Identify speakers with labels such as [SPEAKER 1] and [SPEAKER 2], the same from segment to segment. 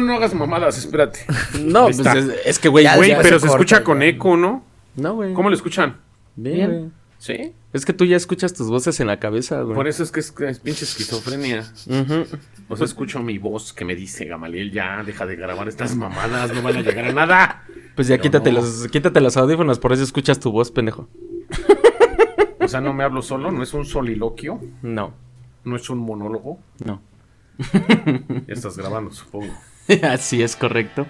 [SPEAKER 1] no hagas mamadas, espérate.
[SPEAKER 2] No,
[SPEAKER 1] Ahí
[SPEAKER 2] pues
[SPEAKER 1] está.
[SPEAKER 2] es, es que, güey,
[SPEAKER 3] Ya,
[SPEAKER 1] Güey,
[SPEAKER 2] güey.
[SPEAKER 3] se
[SPEAKER 1] pero se,
[SPEAKER 3] corta,
[SPEAKER 1] escucha
[SPEAKER 3] güey.
[SPEAKER 1] con eco, ¿no?
[SPEAKER 2] No, güey.
[SPEAKER 1] ¿Cómo lo escuchan?
[SPEAKER 2] Bien,
[SPEAKER 3] Bien.
[SPEAKER 2] güey.
[SPEAKER 1] Sí.
[SPEAKER 2] Es que tú ya escuchas tus voces en la cabeza, güey.
[SPEAKER 1] Por eso es que es, es pinche esquizofrenia.
[SPEAKER 2] Ujú.
[SPEAKER 1] O sea, escucho mi voz que me dice, Gamaliel, ya, deja de grabar estas mamadas, no van a llegar a nada.
[SPEAKER 2] Pues ya
[SPEAKER 1] Pero
[SPEAKER 2] quítate,
[SPEAKER 1] no.
[SPEAKER 2] los, quítate los audífonos, por eso escuchas tu voz, pendejo.
[SPEAKER 1] O sea, no me hablo solo, no es un soliloquio,
[SPEAKER 2] No,
[SPEAKER 1] no es un monólogo.
[SPEAKER 2] no.
[SPEAKER 1] Ya estás grabando, supongo.
[SPEAKER 2] Así es correcto.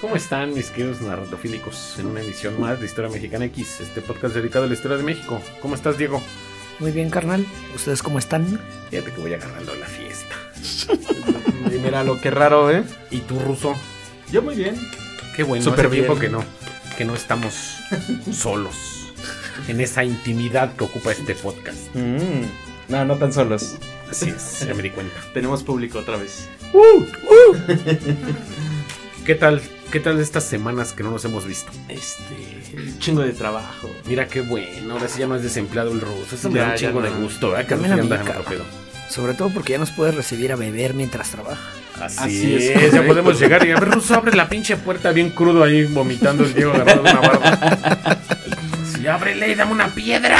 [SPEAKER 1] ¿Cómo están mis queridos narratofílicos? En una emisión más de Historia Mexicana X, este podcast dedicado a la historia de México. ¿Cómo estás, Diego?
[SPEAKER 3] Muy bien, carnal. ¿Ustedes cómo están?
[SPEAKER 1] Fíjate que voy agarrando la fiesta.
[SPEAKER 2] Y mira lo que raro, ¿eh?
[SPEAKER 1] ¿Y tú, Ruso?
[SPEAKER 2] Yo muy bien.
[SPEAKER 1] Qué bueno,
[SPEAKER 2] Súper
[SPEAKER 1] hace tiempo
[SPEAKER 2] bien.
[SPEAKER 1] que no, que no estamos solos en esa intimidad que ocupa este podcast.
[SPEAKER 2] Mm. No, no tan solos.
[SPEAKER 1] Así es, ya me di cuenta.
[SPEAKER 2] Tenemos público otra vez. uh.
[SPEAKER 1] ¿Qué tal, qué tal estas semanas que no nos hemos visto?
[SPEAKER 2] Este, un chingo de trabajo.
[SPEAKER 1] Mira qué bueno, ahora sí ya no es desempleado el ruso. Eso me
[SPEAKER 2] Ya,
[SPEAKER 1] da un
[SPEAKER 2] ya
[SPEAKER 1] chingo
[SPEAKER 2] no.
[SPEAKER 1] de gusto, ¿verdad? Que
[SPEAKER 3] También
[SPEAKER 1] al fin
[SPEAKER 3] a mí,
[SPEAKER 1] andas en
[SPEAKER 3] cabrón.
[SPEAKER 1] otro
[SPEAKER 3] Sobre todo porque ya nos puedes recibir a beber mientras trabajas.
[SPEAKER 1] pedo. Así,
[SPEAKER 2] Así
[SPEAKER 1] es,
[SPEAKER 2] es,
[SPEAKER 1] ya
[SPEAKER 2] correcto.
[SPEAKER 1] podemos llegar y a ver, ruso, abre la pinche puerta bien crudo ahí, vomitando el Diego agarrado de una barba. Sí, ábrele y dame una piedra.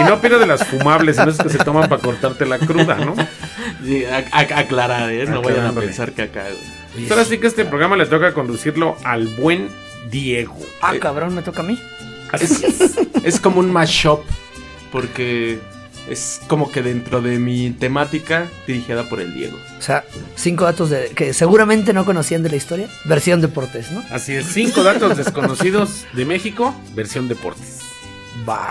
[SPEAKER 1] Y no pierde las fumables, no es que se toman para cortarte la cruda, ¿no?
[SPEAKER 2] Sí, a- a- aclarar, ¿eh? No vayan a
[SPEAKER 1] Aclarándole.
[SPEAKER 2] pensar que acá, güey.
[SPEAKER 1] Pues ahora sí que este programa le toca conducirlo al buen Diego.
[SPEAKER 3] Ah, cabrón, me toca a mí.
[SPEAKER 1] Así es.
[SPEAKER 2] Es como un mashup, porque es como que dentro de mi temática dirigida por el Diego.
[SPEAKER 3] O sea, cinco datos de, que seguramente no conocían de la historia. Versión deportes, ¿no?
[SPEAKER 1] Así es, cinco datos desconocidos de México, versión deportes.
[SPEAKER 3] Va.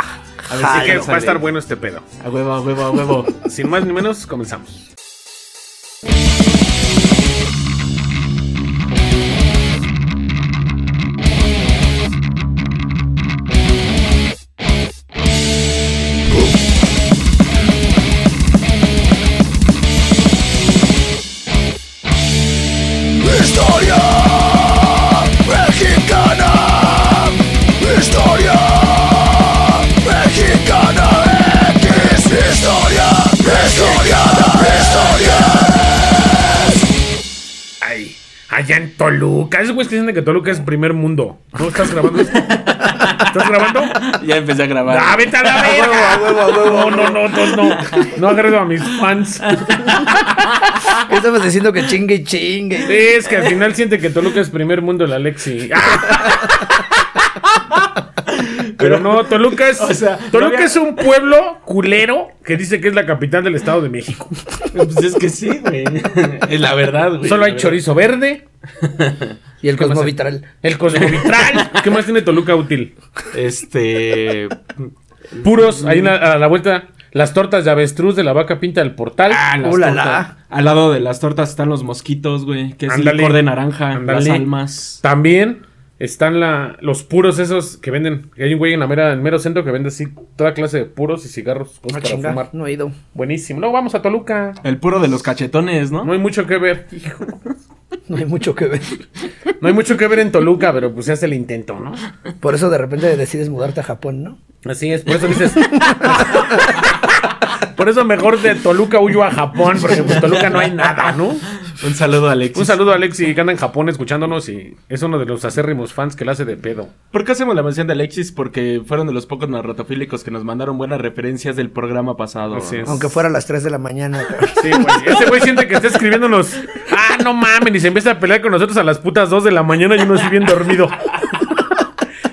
[SPEAKER 2] A
[SPEAKER 1] Así
[SPEAKER 2] ver, Ay,
[SPEAKER 1] que
[SPEAKER 2] no
[SPEAKER 1] va a
[SPEAKER 2] sale.
[SPEAKER 1] estar bueno este pedo.
[SPEAKER 2] A huevo, a huevo, a huevo.
[SPEAKER 1] Sin más ni menos, comenzamos.
[SPEAKER 4] Historia mexicana. Historia mexicana X. Historia mexicana. Historia.
[SPEAKER 1] Ay, allá en Toluca. Esos güeyes que dicen que Toluca es primer mundo. ¿No estás grabando esto? ¿Estás grabando?
[SPEAKER 2] ya empecé a grabar.
[SPEAKER 1] ¡Ah, vete a la verga! No, no, no, no, no. No agredo a mis fans.
[SPEAKER 3] Estamos diciendo que chingue y chingue.
[SPEAKER 1] Es que al final siente que Toluca es primer mundo el Alexi. Pero no, Toluca es,
[SPEAKER 2] O sea,
[SPEAKER 1] Toluca
[SPEAKER 2] no había-
[SPEAKER 1] es un pueblo culero que dice que es la capital del Estado de México.
[SPEAKER 2] Pues es que sí, güey. Es la verdad, güey.
[SPEAKER 1] Solo
[SPEAKER 2] La
[SPEAKER 1] hay
[SPEAKER 2] verdad.
[SPEAKER 1] chorizo verde,
[SPEAKER 3] Y el
[SPEAKER 1] ¿Qué pasa?
[SPEAKER 3] cosmovitral.
[SPEAKER 1] el cosmovitral. ¿Qué más tiene Toluca útil?
[SPEAKER 2] Este.
[SPEAKER 1] Puros, ahí en la- a la vuelta, las tortas de avestruz de la vaca pinta del portal.
[SPEAKER 2] Ah, las
[SPEAKER 3] Uh, la,
[SPEAKER 2] tortas.
[SPEAKER 3] la.
[SPEAKER 2] Al lado de las tortas están los mosquitos, güey. Que es
[SPEAKER 1] Ándale.
[SPEAKER 2] licor de naranja,
[SPEAKER 1] Ándale.
[SPEAKER 2] las almas.
[SPEAKER 1] También están la, los puros esos que venden. que Hay un güey en la mera, en mero centro que vende así toda clase de puros y cigarros cosas
[SPEAKER 2] Ah,
[SPEAKER 3] No
[SPEAKER 1] para
[SPEAKER 3] chinga,
[SPEAKER 1] fumar.
[SPEAKER 3] no he ido.
[SPEAKER 1] Buenísimo. No, vamos a Toluca.
[SPEAKER 2] El puro de los cachetones, ¿no?
[SPEAKER 1] No hay mucho que ver.
[SPEAKER 3] No hay mucho que ver.
[SPEAKER 1] No hay mucho que ver en Toluca, pero pues se hace el intento, ¿no?
[SPEAKER 3] Por eso de repente decides mudarte a Japón, ¿no?
[SPEAKER 1] Así es, por eso dices. por eso mejor de Toluca huyo a Japón, porque pues Toluca no hay nada, ¿no?
[SPEAKER 2] Un saludo, Alex.
[SPEAKER 1] Un saludo a Alexi que anda en Japón escuchándonos y es uno de los acérrimos fans que le hace de pedo.
[SPEAKER 2] ¿Por qué hacemos la mención de Alexis? Porque fueron de los pocos narratofílicos que nos mandaron buenas referencias del programa pasado.
[SPEAKER 1] Así es.
[SPEAKER 3] Aunque fuera a las 3 de la mañana. cabrón.
[SPEAKER 1] Sí, güey. Ese güey siente que está escribiéndonos. Ah, no mames. Y se empieza a pelear con nosotros a las putas 2 de la mañana y uno así bien dormido.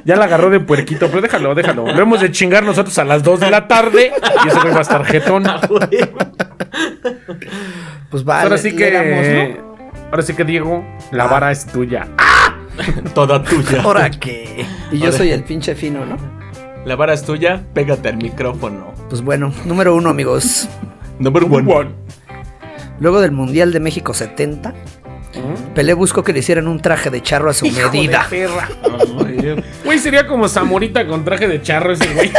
[SPEAKER 1] Ya la agarró de puerquito, pero déjalo, déjalo. Lo hemos de chingar nosotros a las 2 de la tarde y ese güey va a estar jetón.
[SPEAKER 3] Pues vale.
[SPEAKER 1] Ahora sí que. Ahora sí que Diego, la vara es tuya. Ah,
[SPEAKER 2] Toda tuya.
[SPEAKER 3] Ahora que. Y yo soy el pinche fino, ¿no?
[SPEAKER 2] La vara es tuya, pégate al micrófono.
[SPEAKER 3] Pues bueno, número uno, amigos.
[SPEAKER 2] Number
[SPEAKER 1] bueno.
[SPEAKER 3] Luego del Mundial de México 70, Pelé buscó que le hicieran un traje de charro a su medida.
[SPEAKER 1] Güey, sería como Zamorita con traje de charro ese güey.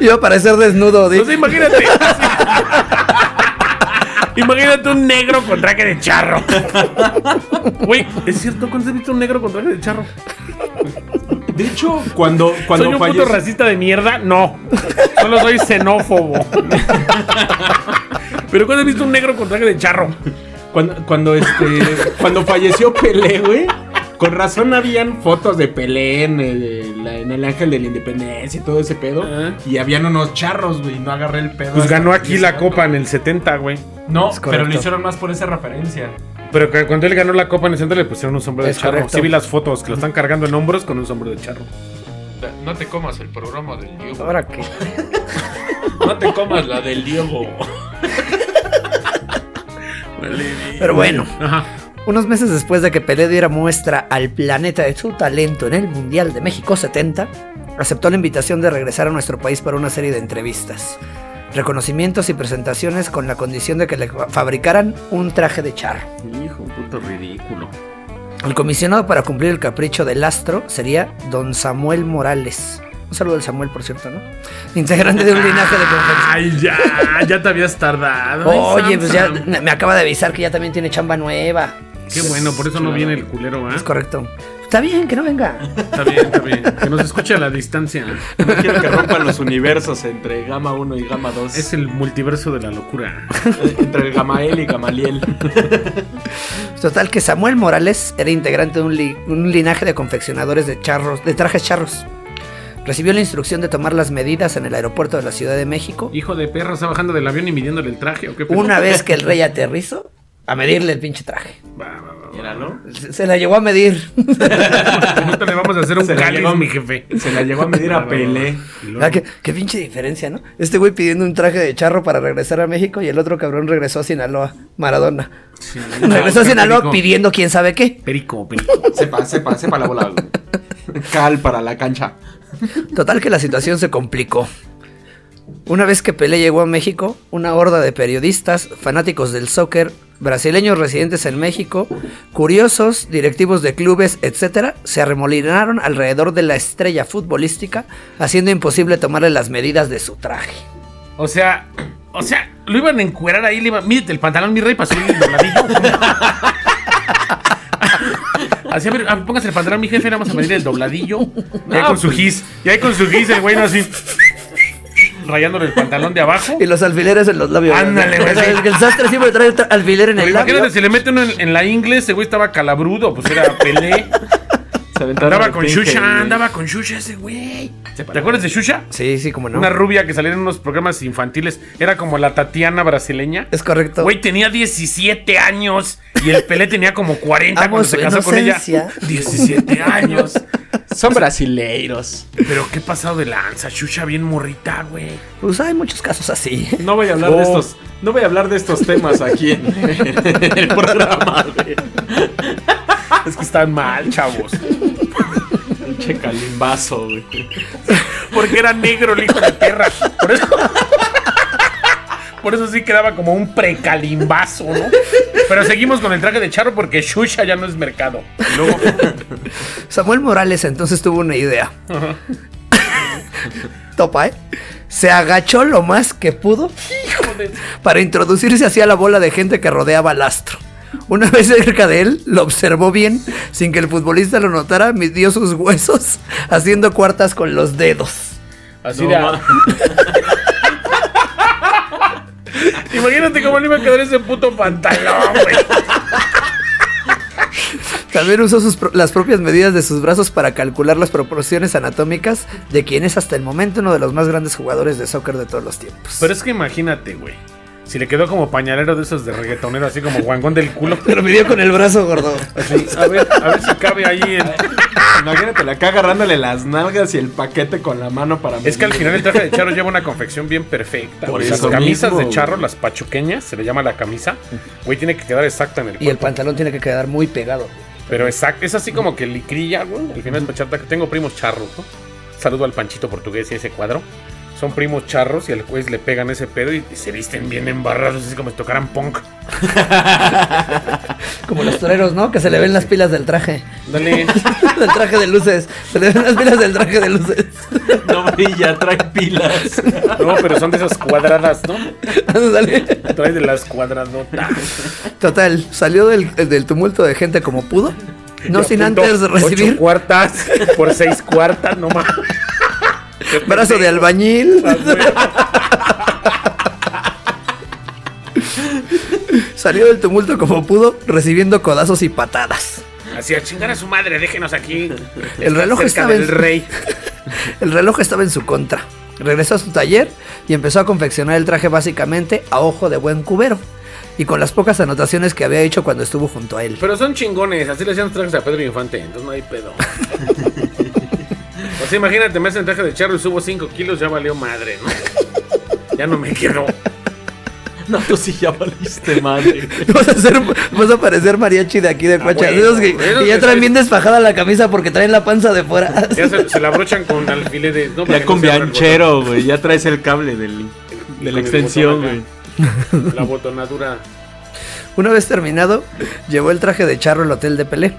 [SPEAKER 3] Iba a parecer desnudo, di.
[SPEAKER 1] O sea, imagínate. imagínate un negro con traje de charro. Güey, es cierto, ¿cuándo has visto un negro con traje de charro?
[SPEAKER 2] De hecho, cuando, cuando
[SPEAKER 1] ¿Soy un
[SPEAKER 2] fallece-
[SPEAKER 1] puto racista de mierda? No. Solo soy xenófobo. Pero ¿cuándo has visto un negro con traje de charro?
[SPEAKER 2] Cuando, cuando, este, cuando falleció Pelé, güey. Con razón habían fotos de Pelé en el, la- en el Ángel de la Independencia y todo ese pedo.
[SPEAKER 1] Ajá.
[SPEAKER 2] Y habían unos charros, güey. No agarré el pedo.
[SPEAKER 1] Pues
[SPEAKER 2] hasta
[SPEAKER 1] ganó
[SPEAKER 2] que
[SPEAKER 1] aquí
[SPEAKER 2] hizo
[SPEAKER 1] la
[SPEAKER 2] otro.
[SPEAKER 1] copa en el 70, güey.
[SPEAKER 2] No,
[SPEAKER 3] Es
[SPEAKER 2] pero lo
[SPEAKER 3] correcto.
[SPEAKER 2] hicieron más por esa referencia.
[SPEAKER 1] Pero que cuando él ganó la copa en el 70 le pusieron un sombrero
[SPEAKER 3] Es
[SPEAKER 1] de charro.
[SPEAKER 3] correcto.
[SPEAKER 1] Sí vi las fotos que lo están cargando en hombros con un sombrero de charro.
[SPEAKER 5] No te comas el programa del Diego.
[SPEAKER 3] Ahora que.
[SPEAKER 5] No te comas la del Diego.
[SPEAKER 3] Pero bueno,
[SPEAKER 1] Ajá.
[SPEAKER 3] unos meses después de que Pelé diera muestra al planeta de su talento en el Mundial de México 70, aceptó la invitación de regresar a nuestro país para una serie de entrevistas, reconocimientos y presentaciones con la condición de que le fa- fabricaran un traje de charro.
[SPEAKER 1] Hijo, un puto ridículo.
[SPEAKER 3] El comisionado para cumplir el capricho del astro sería don Samuel Morales. Un saludo al Samuel, por cierto, ¿no? Integrante de un linaje de conferencias.
[SPEAKER 1] Ay, ya, ya te habías tardado. Ay,
[SPEAKER 3] Oye,
[SPEAKER 1] Sam,
[SPEAKER 3] pues ya
[SPEAKER 1] Sam.
[SPEAKER 3] me me acaba de avisar que ya también tiene chamba nueva.
[SPEAKER 1] Qué bueno, por eso no viene el culero, ¿ah?
[SPEAKER 3] Es correcto. Está bien, que no venga.
[SPEAKER 1] Está bien, está bien. Que nos escuche a la distancia.
[SPEAKER 2] No quiero que rompan los universos entre Gama 1 y Gama 2.
[SPEAKER 1] Es el multiverso de la locura.
[SPEAKER 2] Eh, Entre el Gamael y Gamaliel.
[SPEAKER 3] Total que Samuel Morales era integrante de un, li- un linaje de confeccionadores de charros, de trajes charros. Recibió la instrucción de tomar las medidas en el aeropuerto de la Ciudad de México.
[SPEAKER 1] Hijo de perra, está bajando del avión y midiéndole el traje. ¿o qué pedo?
[SPEAKER 3] Una vez que el rey aterrizó, a medirle el pinche traje.
[SPEAKER 1] Va, va, va.
[SPEAKER 2] Míralo.
[SPEAKER 3] Se se la llevó a medir.
[SPEAKER 1] Ahorita le vamos a hacer un
[SPEAKER 2] Se la
[SPEAKER 1] cáliz,
[SPEAKER 2] llevó-
[SPEAKER 1] mi jefe.
[SPEAKER 2] Se la llegó a medir
[SPEAKER 1] Va, va,
[SPEAKER 2] a
[SPEAKER 1] va.
[SPEAKER 2] Pelé.
[SPEAKER 1] Y luego-
[SPEAKER 3] Ah, ¿Qué, qué pinche diferencia, ¿no? Este güey pidiendo un traje de charro para regresar a México y el otro cabrón regresó a Sinaloa, Maradona.
[SPEAKER 1] Sí.
[SPEAKER 3] regresó a Sinaloa
[SPEAKER 1] Perico.
[SPEAKER 3] pidiendo quién sabe qué.
[SPEAKER 1] Perico, perico.
[SPEAKER 2] Sepa, sepa, sepa la bola. güey. Cal para la cancha.
[SPEAKER 3] Total que la situación se complicó. Una vez que Pelé llegó a México, una horda de periodistas, fanáticos del soccer, brasileños residentes en México, curiosos, directivos de clubes, etcétera, se arremolinaron alrededor de la estrella futbolística, haciendo imposible tomarle las medidas de su traje.
[SPEAKER 1] O sea, o sea, lo iban a encuerar ahí, le iban, mírate el pantalón, mi rey, pasó el dobladillo. Así, a ver, ah, póngase el pantalón, mi jefe, vamos a medir el dobladillo. Y ahí con su gis, y ahí con su gis, el güey no así, rayándole el pantalón de abajo.
[SPEAKER 3] Y los alfileres en los labios.
[SPEAKER 1] Ándale, güey,
[SPEAKER 3] ¿Sabes
[SPEAKER 1] sí.
[SPEAKER 3] que El sastre siempre trae tra- alfiler en
[SPEAKER 1] Pero
[SPEAKER 3] el
[SPEAKER 1] imagínate,
[SPEAKER 3] labio.
[SPEAKER 1] si le mete uno en, en la inglés, ese güey estaba calabrudo, pues era Pelé.
[SPEAKER 2] Se aventaron
[SPEAKER 1] Andaba
[SPEAKER 2] el
[SPEAKER 1] con
[SPEAKER 2] pinche-
[SPEAKER 1] Shusha, andaba con Shusha ese güey. ¿Te acuerdas de Shusha?
[SPEAKER 3] Sí, sí, como no.
[SPEAKER 1] Una rubia que salía en unos programas infantiles. Era como la Tatiana brasileña.
[SPEAKER 3] Es correcto.
[SPEAKER 1] Güey, tenía 17 años y el Pelé tenía como 40
[SPEAKER 3] Amo
[SPEAKER 1] cuando se
[SPEAKER 3] su
[SPEAKER 1] casó con ella.
[SPEAKER 3] inocencia.
[SPEAKER 1] 17 años.
[SPEAKER 2] Son brasileiros.
[SPEAKER 1] Pero qué pasado de lanza, Chucha bien morrita, güey.
[SPEAKER 3] Pues hay muchos casos así.
[SPEAKER 2] No voy a hablar
[SPEAKER 1] Oh.
[SPEAKER 2] de estos. No voy a hablar de estos temas aquí en, en el programa, güey.
[SPEAKER 1] Es que están mal, chavos.
[SPEAKER 2] Pinche calimbazo, güey.
[SPEAKER 1] Porque era negro el hijo de perra. Por eso. Por eso sí quedaba como un precalimbazo, ¿no? Pero seguimos con el traje de charro porque Shusha ya no es mercado. Y luego,
[SPEAKER 3] Samuel Morales entonces tuvo una idea. Topa, ¿eh? Se agachó lo más que pudo para introducirse hacia la bola de gente que rodeaba al astro. Una vez cerca de él, lo observó bien, sin que el futbolista lo notara, midió sus huesos, haciendo cuartas con los dedos.
[SPEAKER 1] así de. a- Imagínate cómo le iba a quedar ese puto pantalón, güey.
[SPEAKER 3] También usó sus pro- las propias medidas de sus brazos para calcular las proporciones anatómicas de quien es hasta el momento uno de los más grandes jugadores de soccer de todos los tiempos.
[SPEAKER 1] Pero es que imagínate, güey. Si le quedó como pañalero de esos de reggaetonero, así como guangón del culo.
[SPEAKER 3] Pero midió con el brazo gordo.
[SPEAKER 1] Así, a ver, a ver si cabe ahí. en-
[SPEAKER 2] Imagínate la acá agarrándole las nalgas y el paquete con la mano para
[SPEAKER 1] Es que al
[SPEAKER 2] medir.
[SPEAKER 1] final el traje de charro lleva una confección bien perfecta.
[SPEAKER 2] Por
[SPEAKER 1] güey. las
[SPEAKER 2] eso
[SPEAKER 1] camisas
[SPEAKER 2] mismo,
[SPEAKER 1] de charro,
[SPEAKER 2] güey.
[SPEAKER 1] las pachuqueñas, se le llama la camisa. Güey, tiene que quedar exacta en el
[SPEAKER 3] Y el
[SPEAKER 1] cuerpo.
[SPEAKER 3] pantalón tiene que quedar muy pegado.
[SPEAKER 1] Pero exacto, es así como que licrilla, güey. Al final es pachata. Tengo primos charros, ¿no? Saludo al panchito portugués y ese cuadro. Son primos charros y al juez le pegan ese pedo y se visten bien embarrados, así como si tocaran punk.
[SPEAKER 3] Como los toreros, ¿no? Que se le ven las pilas del traje.
[SPEAKER 1] Dale.
[SPEAKER 3] del traje de luces. Se le ven las pilas del traje de luces.
[SPEAKER 2] No brilla, trae pilas.
[SPEAKER 1] No, pero son de esas cuadradas, ¿no?
[SPEAKER 3] Ándale.
[SPEAKER 1] Trae de las cuadradotas.
[SPEAKER 3] Total, salió del, del tumulto de gente como pudo. No sin antes recibir
[SPEAKER 1] cuartas por seis cuartas, no más. Ah,
[SPEAKER 3] brazo de albañil. Salió del tumulto como pudo, recibiendo codazos y patadas.
[SPEAKER 1] Así a chingar a su madre, déjenos aquí.
[SPEAKER 3] El reloj
[SPEAKER 1] Cerca
[SPEAKER 3] estaba
[SPEAKER 1] del
[SPEAKER 3] en-
[SPEAKER 1] rey.
[SPEAKER 3] El reloj estaba en su contra. Regresó a su taller y empezó a confeccionar el traje básicamente a ojo de buen cubero y con las pocas anotaciones que había hecho cuando estuvo junto a él.
[SPEAKER 1] Pero son chingones, así le hacían los trajes a Pedro Infante, entonces no hay pedo. o sea, imagínate, me hacen traje de charro y subo 5 kilos, ya valió madre, ¿no? Ya no me quedo.
[SPEAKER 2] No, tú sí ya valiste madre.
[SPEAKER 3] Vas a, ser, vas a parecer mariachi de aquí de Cuacha.
[SPEAKER 1] Ah, bueno,
[SPEAKER 3] Esos que,
[SPEAKER 1] bueno, esos
[SPEAKER 3] que ya
[SPEAKER 1] que
[SPEAKER 3] traen
[SPEAKER 1] traen-
[SPEAKER 3] bien desfajada la camisa porque traen la panza de fuera.
[SPEAKER 1] Ya se, se la brochan con alfileres, ¿no? Para
[SPEAKER 2] Ya
[SPEAKER 1] que
[SPEAKER 2] con
[SPEAKER 1] no se abra el
[SPEAKER 2] bianchero, güey. Ya traes el cable del,
[SPEAKER 1] botón.
[SPEAKER 2] de
[SPEAKER 1] Y
[SPEAKER 2] la
[SPEAKER 1] con el
[SPEAKER 2] extensión,
[SPEAKER 1] botón
[SPEAKER 2] güey.
[SPEAKER 1] acá, La botonadura.
[SPEAKER 3] Una vez terminado, llevó el traje de charro al hotel de Pelé.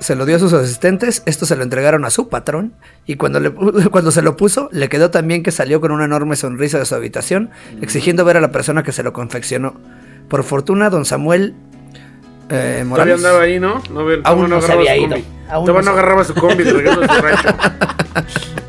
[SPEAKER 3] Se lo dio a sus asistentes, estos se lo entregaron a su patrón y cuando, le pu- cuando se lo puso le quedó tan bien que salió con una enorme sonrisa de su habitación exigiendo ver a la persona que se lo confeccionó. Por fortuna, don Samuel
[SPEAKER 1] Todavía
[SPEAKER 3] eh, Morales...
[SPEAKER 1] andaba ahí, ¿no? No, ve- todavía
[SPEAKER 3] Aún no se
[SPEAKER 1] agarraba
[SPEAKER 3] había
[SPEAKER 1] su
[SPEAKER 3] ido.
[SPEAKER 1] combi.
[SPEAKER 3] Aún
[SPEAKER 1] Todavía
[SPEAKER 3] no
[SPEAKER 1] no
[SPEAKER 3] se-
[SPEAKER 1] agarraba su combi, de regreso a su rancho.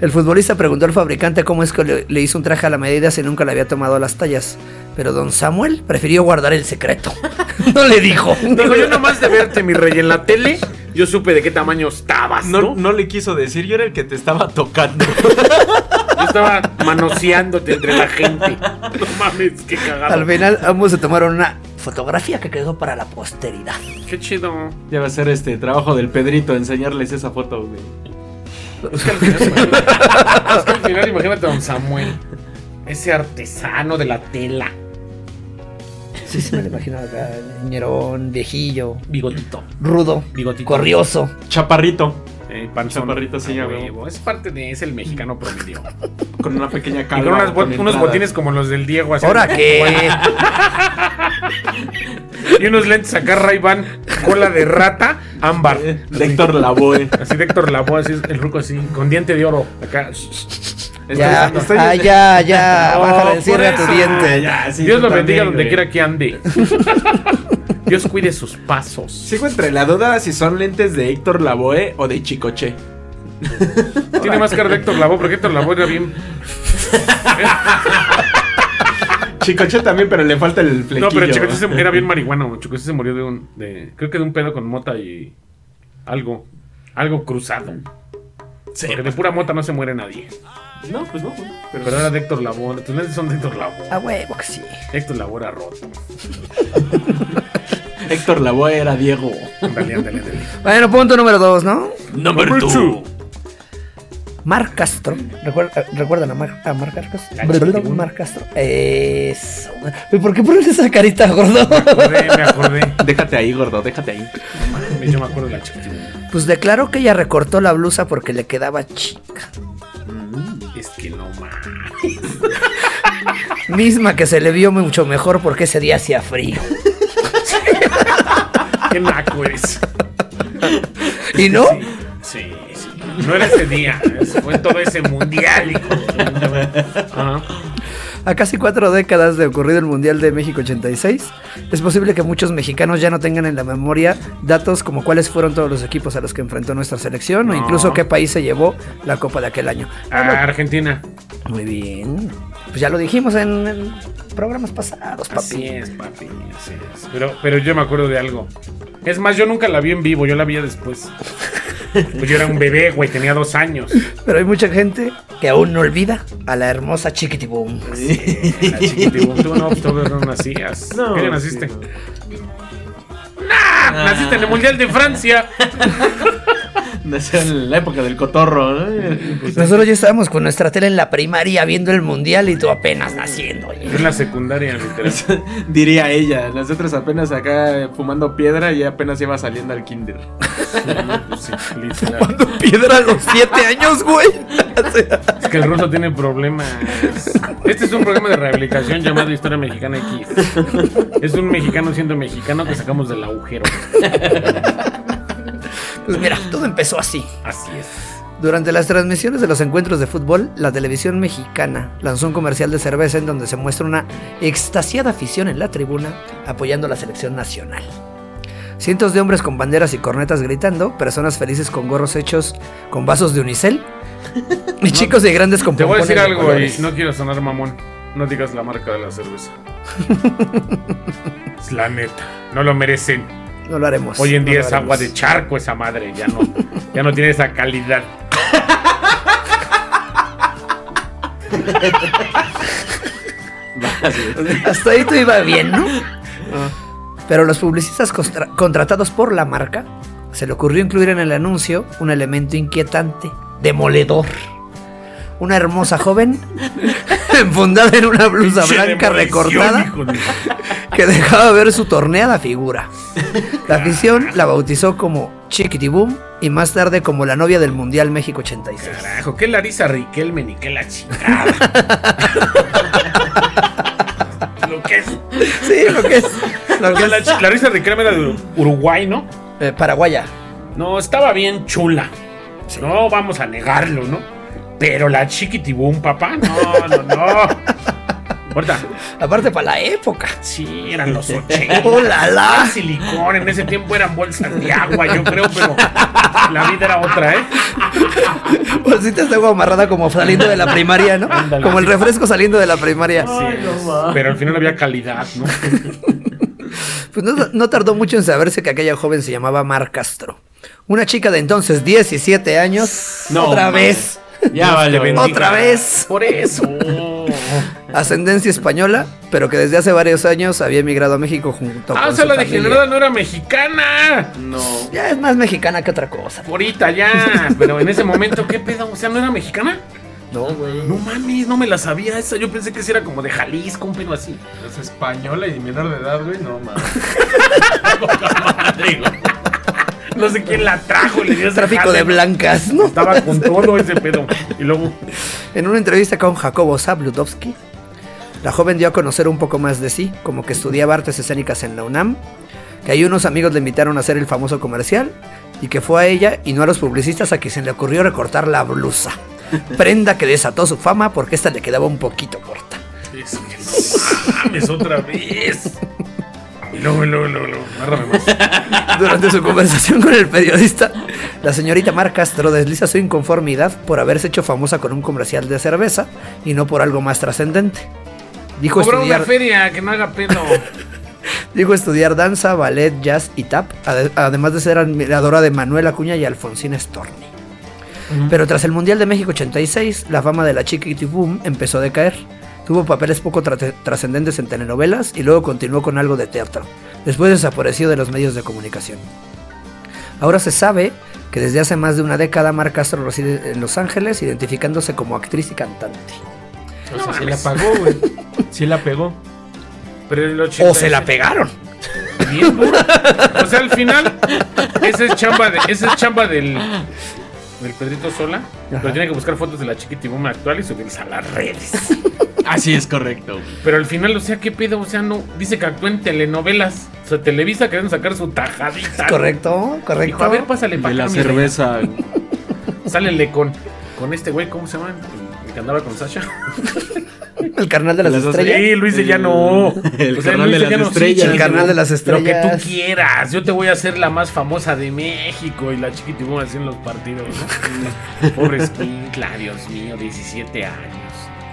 [SPEAKER 3] El futbolista preguntó al fabricante cómo es que le, le hizo un traje a la medida si nunca le había tomado las tallas. Pero don Samuel prefirió guardar el secreto. no le dijo.
[SPEAKER 1] Digo, yo nomás de verte, mi rey, en la tele, yo supe de qué tamaño estabas, ¿no?
[SPEAKER 2] No, no le quiso decir, yo era el que te estaba tocando.
[SPEAKER 1] Yo estaba manoseándote entre la gente. No mames, qué cagado.
[SPEAKER 3] Al final ambos se tomaron una fotografía que quedó para la posteridad.
[SPEAKER 1] Qué chido.
[SPEAKER 2] Ya va a ser este trabajo del Pedrito, enseñarles esa foto, güey.
[SPEAKER 1] Es que al final, imagínate- es que al final, imagínate a don Samuel. Ese artesano de la tela.
[SPEAKER 3] Sí, sí, me lo imagino acá. Ñerón, viejillo,
[SPEAKER 1] Bigotito.
[SPEAKER 3] rudo,
[SPEAKER 1] Bigotito.
[SPEAKER 3] corrioso.
[SPEAKER 2] Chaparrito,
[SPEAKER 1] Eh,
[SPEAKER 2] Chaparrito, sí,
[SPEAKER 1] A
[SPEAKER 2] ya veo.
[SPEAKER 1] huevo. Es parte de. Es el mexicano promedio.
[SPEAKER 2] con una pequeña
[SPEAKER 1] Y
[SPEAKER 2] calva.
[SPEAKER 1] con unas bot-
[SPEAKER 2] con
[SPEAKER 1] unos
[SPEAKER 2] entradas.
[SPEAKER 1] botines como los del Diego. así.
[SPEAKER 3] ¿Ahora qué?
[SPEAKER 1] Y unos lentes acá, ray Cola de rata, ámbar.
[SPEAKER 2] Eh, de Héctor Lavoe.
[SPEAKER 1] Así de Héctor Lavoe, así el ruco así, con diente de oro. Acá.
[SPEAKER 3] ya,
[SPEAKER 2] Estoy- estoy-
[SPEAKER 3] ah, ya, ya.
[SPEAKER 1] No,
[SPEAKER 3] Bájale,
[SPEAKER 1] Oh, por
[SPEAKER 3] cierra tu
[SPEAKER 1] eso.
[SPEAKER 2] Ah,
[SPEAKER 3] diente.
[SPEAKER 2] ya, sí,
[SPEAKER 1] Dios
[SPEAKER 2] tú
[SPEAKER 1] lo
[SPEAKER 2] también,
[SPEAKER 1] bendiga donde
[SPEAKER 2] güey.
[SPEAKER 1] quiera que ande. Dios cuide sus pasos.
[SPEAKER 2] Sigo entre la duda si son lentes de Héctor Lavoe o de Chicoche.
[SPEAKER 1] Tiene más cara de Héctor Lavoe, porque Héctor Lavoe era bien.
[SPEAKER 2] Chicoche también, pero le falta el flequillo.
[SPEAKER 1] No, pero Chicoche se- era bien marihuano. Chicoche se murió de un. de- creo que de un pedo con mota y. algo. Algo cruzado.
[SPEAKER 2] Sí.
[SPEAKER 1] Porque de pura mota no se muere nadie.
[SPEAKER 2] No, pues no.
[SPEAKER 1] Pero era de Héctor Lavoe. Tus lentes son de Héctor Lavoe.
[SPEAKER 3] A huevo que sí.
[SPEAKER 1] Héctor Lavoe era roto.
[SPEAKER 2] Héctor Lavoe era Diego.
[SPEAKER 1] Ándale, ándale, ándale.
[SPEAKER 3] Bueno, punto número dos, ¿no?
[SPEAKER 2] Number two.
[SPEAKER 3] Mar Castro. Recuerda- ¿Recuerdan a Mar, a Mar
[SPEAKER 1] La
[SPEAKER 3] Castro?
[SPEAKER 1] chiquitibuna.
[SPEAKER 3] Mar Castro. Eso. güey. ¿Por qué pones esa carita, gordo?
[SPEAKER 1] Me acordé, me acordé.
[SPEAKER 2] Déjate ahí, gordo, déjate ahí.
[SPEAKER 1] Yo me acuerdo de la chiquitina.
[SPEAKER 3] Pues declaró que ella recortó la blusa porque le quedaba chica.
[SPEAKER 1] Es que no más.
[SPEAKER 3] Misma que se le vio mucho mejor porque ese día hacía frío.
[SPEAKER 1] Qué naco eres.
[SPEAKER 3] ¿Y no?
[SPEAKER 1] Sí, sí. No era ese día. es- Fue todo ese mundial. hijo de puta. Ajá.
[SPEAKER 3] A casi cuatro décadas de ocurrido el Mundial de México 86, es posible que muchos mexicanos ya no tengan en la memoria datos como cuáles fueron todos los equipos a los que enfrentó nuestra selección o
[SPEAKER 1] No.
[SPEAKER 3] incluso qué país se llevó la Copa de aquel año.
[SPEAKER 1] Ah, Argentina.
[SPEAKER 3] Muy bien. Pues ya lo dijimos en, en programas pasados, papi.
[SPEAKER 1] Así es, papi. Así es. Pero, pero yo me acuerdo de algo. Es más, yo nunca la vi en vivo, yo la vi después. Pues yo era un bebé, güey, tenía dos años.
[SPEAKER 3] Pero hay mucha gente que aún no olvida a la hermosa Chiquitibum.
[SPEAKER 1] La chiquitibum. Tú no, tú no nacías.
[SPEAKER 2] No,
[SPEAKER 1] ¿Qué día naciste?
[SPEAKER 2] sí,
[SPEAKER 1] ¡Ah! Naciste en el Mundial de Francia.
[SPEAKER 2] Nació en la época del cotorro, ¿no? Pues,
[SPEAKER 3] Nosotros ya estábamos con nuestra tele en la primaria viendo el mundial y tú apenas naciendo. oye.
[SPEAKER 1] En la secundaria, literal.
[SPEAKER 2] diría ella. Nosotros apenas acá eh, fumando piedra y apenas iba saliendo al kinder.
[SPEAKER 1] No, pues sí, literal.
[SPEAKER 3] Piedra a los 7 años, güey.
[SPEAKER 1] Es que el ruso tiene problemas. Este es un programa de rehabilitación llamado Historia Mexicana X. Es un mexicano siendo mexicano que sacamos del agujero.
[SPEAKER 3] Pues mira, todo empezó así.
[SPEAKER 1] Así es.
[SPEAKER 3] Durante las transmisiones de los encuentros de fútbol, la televisión mexicana lanzó un comercial de cerveza en donde se muestra una extasiada afición en la tribuna apoyando a la selección nacional. Cientos de hombres con banderas y cornetas gritando, personas felices con gorros hechos con vasos de unicel y chicos de grandes con
[SPEAKER 1] Te voy a
[SPEAKER 3] pompones
[SPEAKER 1] decir
[SPEAKER 3] de
[SPEAKER 1] algo y
[SPEAKER 3] colores.
[SPEAKER 1] no quiero sonar mamón. No digas la marca de la cerveza. es la neta. No lo merecen.
[SPEAKER 3] No lo haremos.
[SPEAKER 1] Hoy en
[SPEAKER 3] no
[SPEAKER 1] día
[SPEAKER 3] lo
[SPEAKER 1] es agua
[SPEAKER 3] haremos.
[SPEAKER 1] de charco esa madre. Ya no, ya no tiene esa calidad.
[SPEAKER 3] Hasta ahí tú iba bien, ¿no? Pero los publicistas contra- contratados por la marca se le ocurrió incluir en el anuncio un elemento inquietante, demoledor. Una hermosa joven enfundada en una blusa
[SPEAKER 1] Pinche
[SPEAKER 3] blanca
[SPEAKER 1] demolición,
[SPEAKER 3] recortada
[SPEAKER 1] hijo de-
[SPEAKER 3] que dejaba ver su torneada figura. La afición la bautizó como Chiquitiboom y más tarde como la novia del Mundial México 86.
[SPEAKER 1] Carajo, qué Larisa Riquelme ni qué la chingada. lo que es.
[SPEAKER 3] Sí, lo que es. Lo que
[SPEAKER 1] La,
[SPEAKER 3] es
[SPEAKER 1] chi- Larisa Riquelme era de Ur- Uruguay, ¿no?
[SPEAKER 3] eh, paraguaya.
[SPEAKER 1] No, estaba bien chula.
[SPEAKER 3] Sí.
[SPEAKER 1] No vamos a negarlo, ¿no? Pero la chiquitibum, papá, no, no, no. Ahorita,
[SPEAKER 3] Aparte para la época.
[SPEAKER 1] sí, eran los 80.
[SPEAKER 3] ¡Oh, la, la!
[SPEAKER 1] El silicón, en ese tiempo eran bolsas de agua, yo creo, pero la vida era otra, ¿eh?
[SPEAKER 3] Bolsitas de agua amarrada como saliendo de la primaria, ¿no?
[SPEAKER 1] Ándale.
[SPEAKER 3] Como el refresco saliendo de la primaria.
[SPEAKER 1] Pero al final había calidad, ¿no?
[SPEAKER 3] Pues no, no tardó mucho en saberse que aquella joven se llamaba Mar Castro. Una chica de entonces 17 años,
[SPEAKER 2] No,
[SPEAKER 3] otra
[SPEAKER 2] mames.
[SPEAKER 3] vez,
[SPEAKER 2] Ya
[SPEAKER 1] Te
[SPEAKER 2] vale,
[SPEAKER 1] bendiga.
[SPEAKER 3] otra vez.
[SPEAKER 1] Por eso.
[SPEAKER 3] ascendencia española, pero que desde hace varios años había emigrado a México junto
[SPEAKER 1] Ah, o
[SPEAKER 3] con
[SPEAKER 1] sea,
[SPEAKER 3] su
[SPEAKER 1] la
[SPEAKER 3] familia.
[SPEAKER 1] degenerada no era mexicana.
[SPEAKER 2] No.
[SPEAKER 3] Ya es más mexicana que otra cosa.
[SPEAKER 1] Ahorita ya. Pero en ese momento, ¿qué pedo? O sea, ¿no era mexicana?
[SPEAKER 3] No,
[SPEAKER 1] No mames, no me la sabía esa. Yo pensé que sí era como de Jalisco, un pedo así.
[SPEAKER 2] Es española y menor de edad, güey. No, mames.
[SPEAKER 1] No sé quién la trajo, le dio ese
[SPEAKER 3] Tráfico
[SPEAKER 1] jale.
[SPEAKER 3] de blancas, ¿no?
[SPEAKER 1] Estaba con todo ese pedo. Y luego,
[SPEAKER 3] En una entrevista con Jacobo Zabludowski, la joven dio a conocer un poco más de sí, como que estudiaba artes escénicas en la UNAM, que ahí unos amigos le invitaron a hacer el famoso comercial y que fue a ella y no a los publicistas a quien se le ocurrió recortar la blusa. Prenda que desató su fama porque esta le quedaba un poquito corta.
[SPEAKER 1] es que no mames otra vez. Y luego, y luego, y luego, y luego. Agárrame más.
[SPEAKER 3] Durante su conversación con el periodista, la señorita Mar Castro desliza su inconformidad por haberse hecho famosa con un comercial de cerveza y no por algo más trascendente. Dijo
[SPEAKER 1] Cobró una
[SPEAKER 3] estudiar...
[SPEAKER 1] feria, que no haga pedo.
[SPEAKER 3] Dijo estudiar danza, ballet, jazz y tap, ade- además de ser admiradora de Manuel Acuña y Alfonsina Storni. Pero tras el Mundial de México 86, la fama de la Chiquiti Boom empezó a decaer. Tuvo papeles poco tra- trascendentes en telenovelas y luego continuó con algo de teatro. Después desapareció de los medios de comunicación. Ahora se sabe que desde hace más de una década Mar Castro reside en Los Ángeles, identificándose como actriz y cantante.
[SPEAKER 2] O sea, sí la pagó, güey. Sí la pegó.
[SPEAKER 1] Pero el
[SPEAKER 3] O se la pegaron.
[SPEAKER 1] Bien duro. O sea, al final, esa es chamba, de, esa es chamba del, del Pedrito Sola. Pero tiene que buscar fotos de la chiquitibuma actual y subirlas a las redes.
[SPEAKER 2] Así es correcto, güey.
[SPEAKER 1] Pero al final, o sea, ¿qué pedo? O sea, no. Dice que actuó en telenovelas. O sea, Televisa querían sacar su tajadita.
[SPEAKER 3] Correcto, correcto.
[SPEAKER 1] Dijo, a ver, pues, pásale para
[SPEAKER 2] De
[SPEAKER 1] acá.
[SPEAKER 2] la
[SPEAKER 1] mi reina".
[SPEAKER 2] cerveza. güey.
[SPEAKER 1] Sálele con, con este güey, ¿cómo se llama? El- El que andaba con Sasha.
[SPEAKER 3] El carnal de las,
[SPEAKER 2] Las dos-
[SPEAKER 3] estrellas.
[SPEAKER 1] Sí, Luis de
[SPEAKER 2] El-
[SPEAKER 1] Llano.
[SPEAKER 2] el carnal de las
[SPEAKER 1] Llano, sí,
[SPEAKER 2] estrellas.
[SPEAKER 1] chiquitibum,
[SPEAKER 3] El carnal de las
[SPEAKER 1] Lo que
[SPEAKER 3] estrellas.
[SPEAKER 1] tú quieras. Yo te voy a hacer la más famosa de México. Y la chiquitibum así en los partidos. ¿no? Pobre escuincla, Dios mío, 17 años.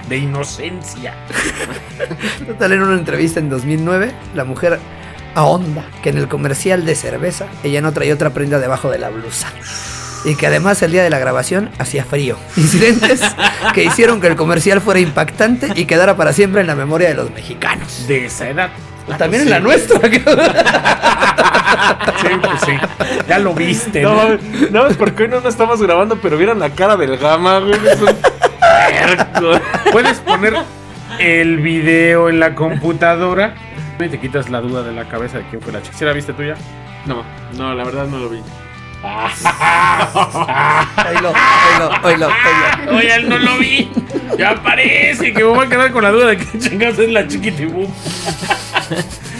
[SPEAKER 1] De inocencia.
[SPEAKER 3] Total, en una entrevista en 2009, la mujer ahonda que en el comercial de cerveza ella no traía otra prenda debajo de la blusa. Y que además el día de la grabación hacía frío. Incidentes que hicieron que el comercial fuera impactante y quedara para siempre en la memoria de los mexicanos. Pues
[SPEAKER 1] De esa edad.
[SPEAKER 3] También en la nuestra. cabrón.
[SPEAKER 1] Sí, pues sí. Ya lo viste.
[SPEAKER 2] No,
[SPEAKER 1] ¿no?
[SPEAKER 2] mames, no, es porque hoy no nos estamos grabando, pero vieron la cara del gama, güey. Es un puerco.
[SPEAKER 1] Puedes poner el video en la computadora. Y te quitas la duda de la cabeza de quién fue la chica. ¿Sí la viste tuya?
[SPEAKER 2] No, no, la verdad no lo vi.
[SPEAKER 3] Oílo, oílo, oílo, oílo.
[SPEAKER 1] Oye, Ah, no lo vi. Ya parece que me voy a quedar con la duda de qué chingados es la chiquitibum.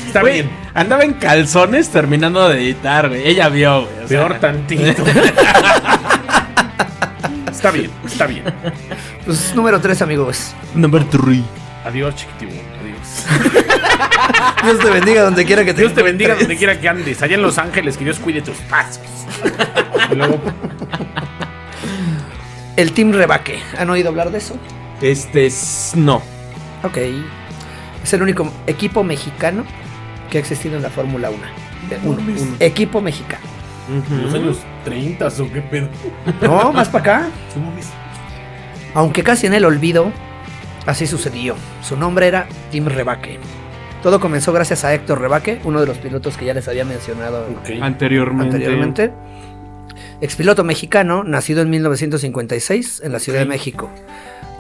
[SPEAKER 1] Está
[SPEAKER 2] Güey,
[SPEAKER 1] bien.
[SPEAKER 2] andaba en calzones terminando de editar, güey. Ella vio, güey. o sea,
[SPEAKER 1] Peor tantito. está bien, está bien.
[SPEAKER 3] Pues número 3, amigos.
[SPEAKER 2] Number three.
[SPEAKER 1] Adiós, chiquitibum. Adiós.
[SPEAKER 3] Dios te bendiga donde quiera que te
[SPEAKER 1] Dios te bendiga
[SPEAKER 3] encuentres.
[SPEAKER 1] donde quiera que andes. Allá en Los Ángeles, que Dios cuide tus pasos. Y luego,
[SPEAKER 3] El Team Rebaque. ¿Han oído hablar de eso?
[SPEAKER 2] Este es. No.
[SPEAKER 3] Ok. Es el único equipo mexicano que ha existido en la Fórmula 1. De- uno,
[SPEAKER 6] mames.
[SPEAKER 3] uno. Equipo mexicano.
[SPEAKER 6] En los años 30 o qué pedo.
[SPEAKER 3] No, más para acá.
[SPEAKER 6] No mames.
[SPEAKER 3] Aunque casi en el olvido, así sucedió. Su nombre era Tim Rebaque. Todo comenzó gracias a Héctor Rebaque, uno de los pilotos que ya les había mencionado
[SPEAKER 2] Anteriormente.
[SPEAKER 3] anteriormente. Expiloto mexicano, nacido en 1956 en la Ciudad de México.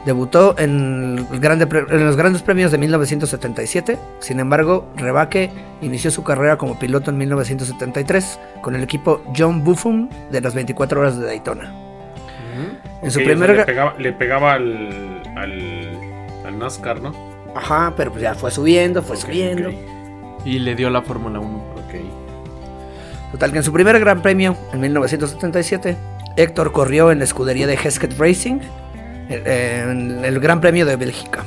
[SPEAKER 3] Debutó en, el grande pre- en los grandes premios de 1977. Sin embargo, Rebaque inició su carrera como piloto en 1973 con el equipo John Buffum de las 24 horas de Daytona. En su
[SPEAKER 1] Ok, o sea,
[SPEAKER 3] primer...
[SPEAKER 1] le
[SPEAKER 3] ga-
[SPEAKER 1] pegaba, le pegaba al, al, al NASCAR, ¿no?
[SPEAKER 3] Ajá, pero pues ya fue subiendo, fue subiendo.
[SPEAKER 2] Y le dio la Fórmula 1.
[SPEAKER 3] Total que en su primer Gran Premio, en 1977, Héctor corrió en la escudería de Hesket Racing, eh, en el Gran Premio de Bélgica.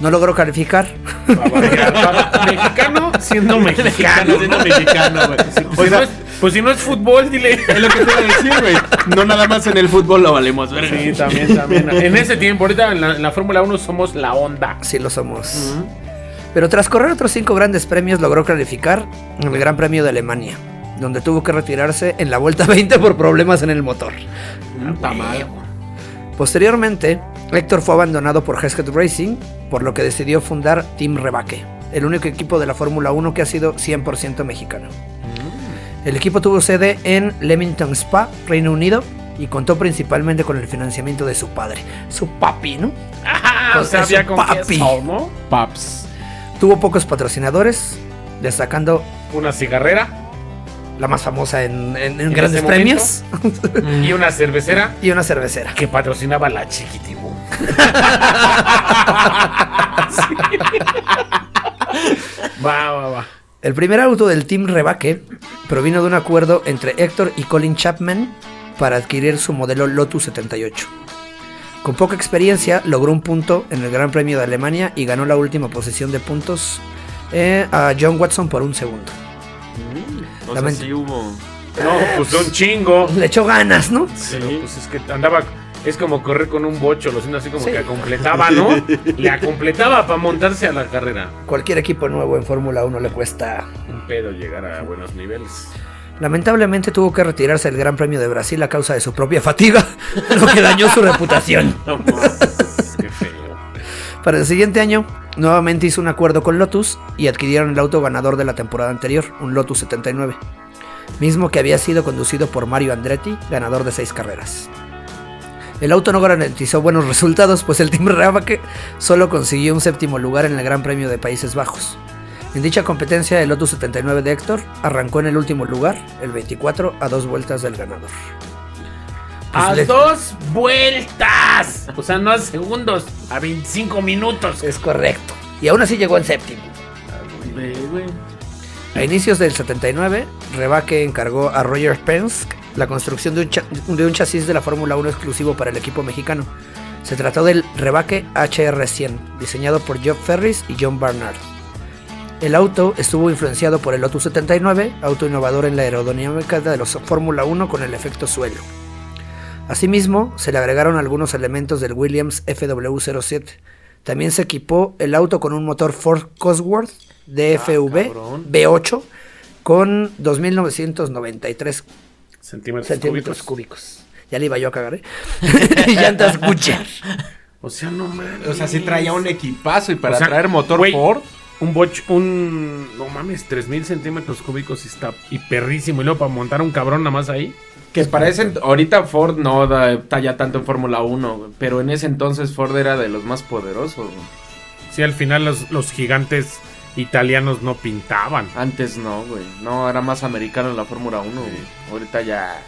[SPEAKER 3] No logró calificar.
[SPEAKER 1] Pa' variar, pa- mexicano siendo mexicano.
[SPEAKER 2] siendo mexicano, güey. Sí,
[SPEAKER 1] Pues,
[SPEAKER 2] sí,
[SPEAKER 1] no es, pues si no es fútbol, dile.
[SPEAKER 2] Es lo que te iba a decir, güey. No nada más en el fútbol lo valemos, verga.
[SPEAKER 1] Sí, también, también. En ese tiempo, ahorita en la, en la Fórmula 1 somos la onda.
[SPEAKER 3] Así lo somos. Pero tras correr otros cinco grandes premios, logró calificar en el Gran Premio de Alemania, donde tuvo que retirarse en la vuelta 20 por problemas en el motor.
[SPEAKER 2] Está mal.
[SPEAKER 3] Posteriormente, Héctor fue abandonado por Hesket Racing, por lo que decidió fundar Team Rebaque, el único equipo de la Fórmula 1 que ha sido 100% mexicano.
[SPEAKER 1] Mm.
[SPEAKER 3] El equipo tuvo sede en Leamington Spa, Reino Unido, y contó principalmente con el financiamiento de su padre, su papi, ¿no?
[SPEAKER 1] Ah, o sea,
[SPEAKER 3] es
[SPEAKER 1] había
[SPEAKER 3] un
[SPEAKER 1] con qué
[SPEAKER 3] papi.
[SPEAKER 1] sol, ¿no?
[SPEAKER 2] Paps.
[SPEAKER 3] Tuvo pocos patrocinadores, destacando
[SPEAKER 1] Una cigarrera
[SPEAKER 3] la más famosa en, en- en
[SPEAKER 1] ¿En
[SPEAKER 3] grandes
[SPEAKER 1] ese
[SPEAKER 3] premios
[SPEAKER 1] y una cervecera
[SPEAKER 3] y una cervecera.
[SPEAKER 1] que patrocinaba la Chiquitibú. Va, va, va.
[SPEAKER 3] El primer auto del Team Rebaque provino de un acuerdo entre Héctor y Colin Chapman para adquirir su modelo Lotus 78. Con poca experiencia logró un punto en el Gran Premio de Alemania y ganó la última posición de puntos eh, a John Watson por un segundo.
[SPEAKER 2] O sea,
[SPEAKER 3] Lamento.
[SPEAKER 2] sí hubo.
[SPEAKER 1] No, pues un chingo.
[SPEAKER 3] Le echó ganas, ¿no?
[SPEAKER 1] Pero, pues es que andaba. Es como correr con un bocho, lo siento así como
[SPEAKER 3] Sí.
[SPEAKER 1] que completaba, ¿no? Le completaba para montarse a la carrera.
[SPEAKER 3] Cualquier equipo nuevo en Fórmula 1 le cuesta.
[SPEAKER 1] Un pedo llegar a buenos niveles.
[SPEAKER 3] Lamentablemente tuvo que retirarse del Gran Premio de Brasil a causa de su propia fatiga, lo que dañó su reputación.
[SPEAKER 1] Qué feo.
[SPEAKER 3] Para el siguiente año, nuevamente hizo un acuerdo con Lotus y adquirieron el auto ganador de la temporada anterior, un Lotus 79, mismo que había sido conducido por Mario Andretti, ganador de seis carreras. El auto no garantizó buenos resultados, pues el Team Rebaque solo consiguió un séptimo lugar en el Gran Premio de Países Bajos. En dicha competencia, el Lotus 79 de Héctor arrancó en el último lugar, el 24, a dos vueltas del ganador. Pues
[SPEAKER 1] a
[SPEAKER 3] le-
[SPEAKER 1] dos vueltas. O sea, no a segundos, a 25 minutos.
[SPEAKER 3] Es correcto. Y aún así llegó en séptimo. A inicios del 79, Rebaque encargó a Roger Penske la construcción de un, cha- de un chasis de la Fórmula 1 exclusivo para el equipo mexicano. Se trató del Rebaque HR100, diseñado por Job Ferris y John Barnard. El auto estuvo influenciado por el Lotus 79, auto innovador en la aerodinámica de los Fórmula 1 con el efecto suelo. Asimismo, se le agregaron algunos elementos del Williams FW07. También se equipó el auto con un motor Ford Cosworth DFV B8 con 2.993
[SPEAKER 1] Centímetros,
[SPEAKER 3] centímetros
[SPEAKER 1] cúbicos.
[SPEAKER 3] cúbicos. Ya le iba yo a cagar, ¿eh? Llantas Goodyear.
[SPEAKER 1] O sea, no mames.
[SPEAKER 2] O sea, sí traía un equipazo y para
[SPEAKER 1] O sea,
[SPEAKER 2] traer motor
[SPEAKER 1] güey,
[SPEAKER 2] Ford.
[SPEAKER 1] Un bocho, un. No mames, 3000 centímetros cúbicos y está hiperrísimo. Y luego para montar un cabrón nada más ahí.
[SPEAKER 2] Que para ese ent- ahorita Ford no da, talla tanto en Fórmula 1, güey, pero en ese entonces Ford era de los más poderosos. güey.
[SPEAKER 1] Sí, al final los, los gigantes italianos no pintaban.
[SPEAKER 2] Antes no, güey. No, era más americano la Fórmula 1, güey. Ahorita ya.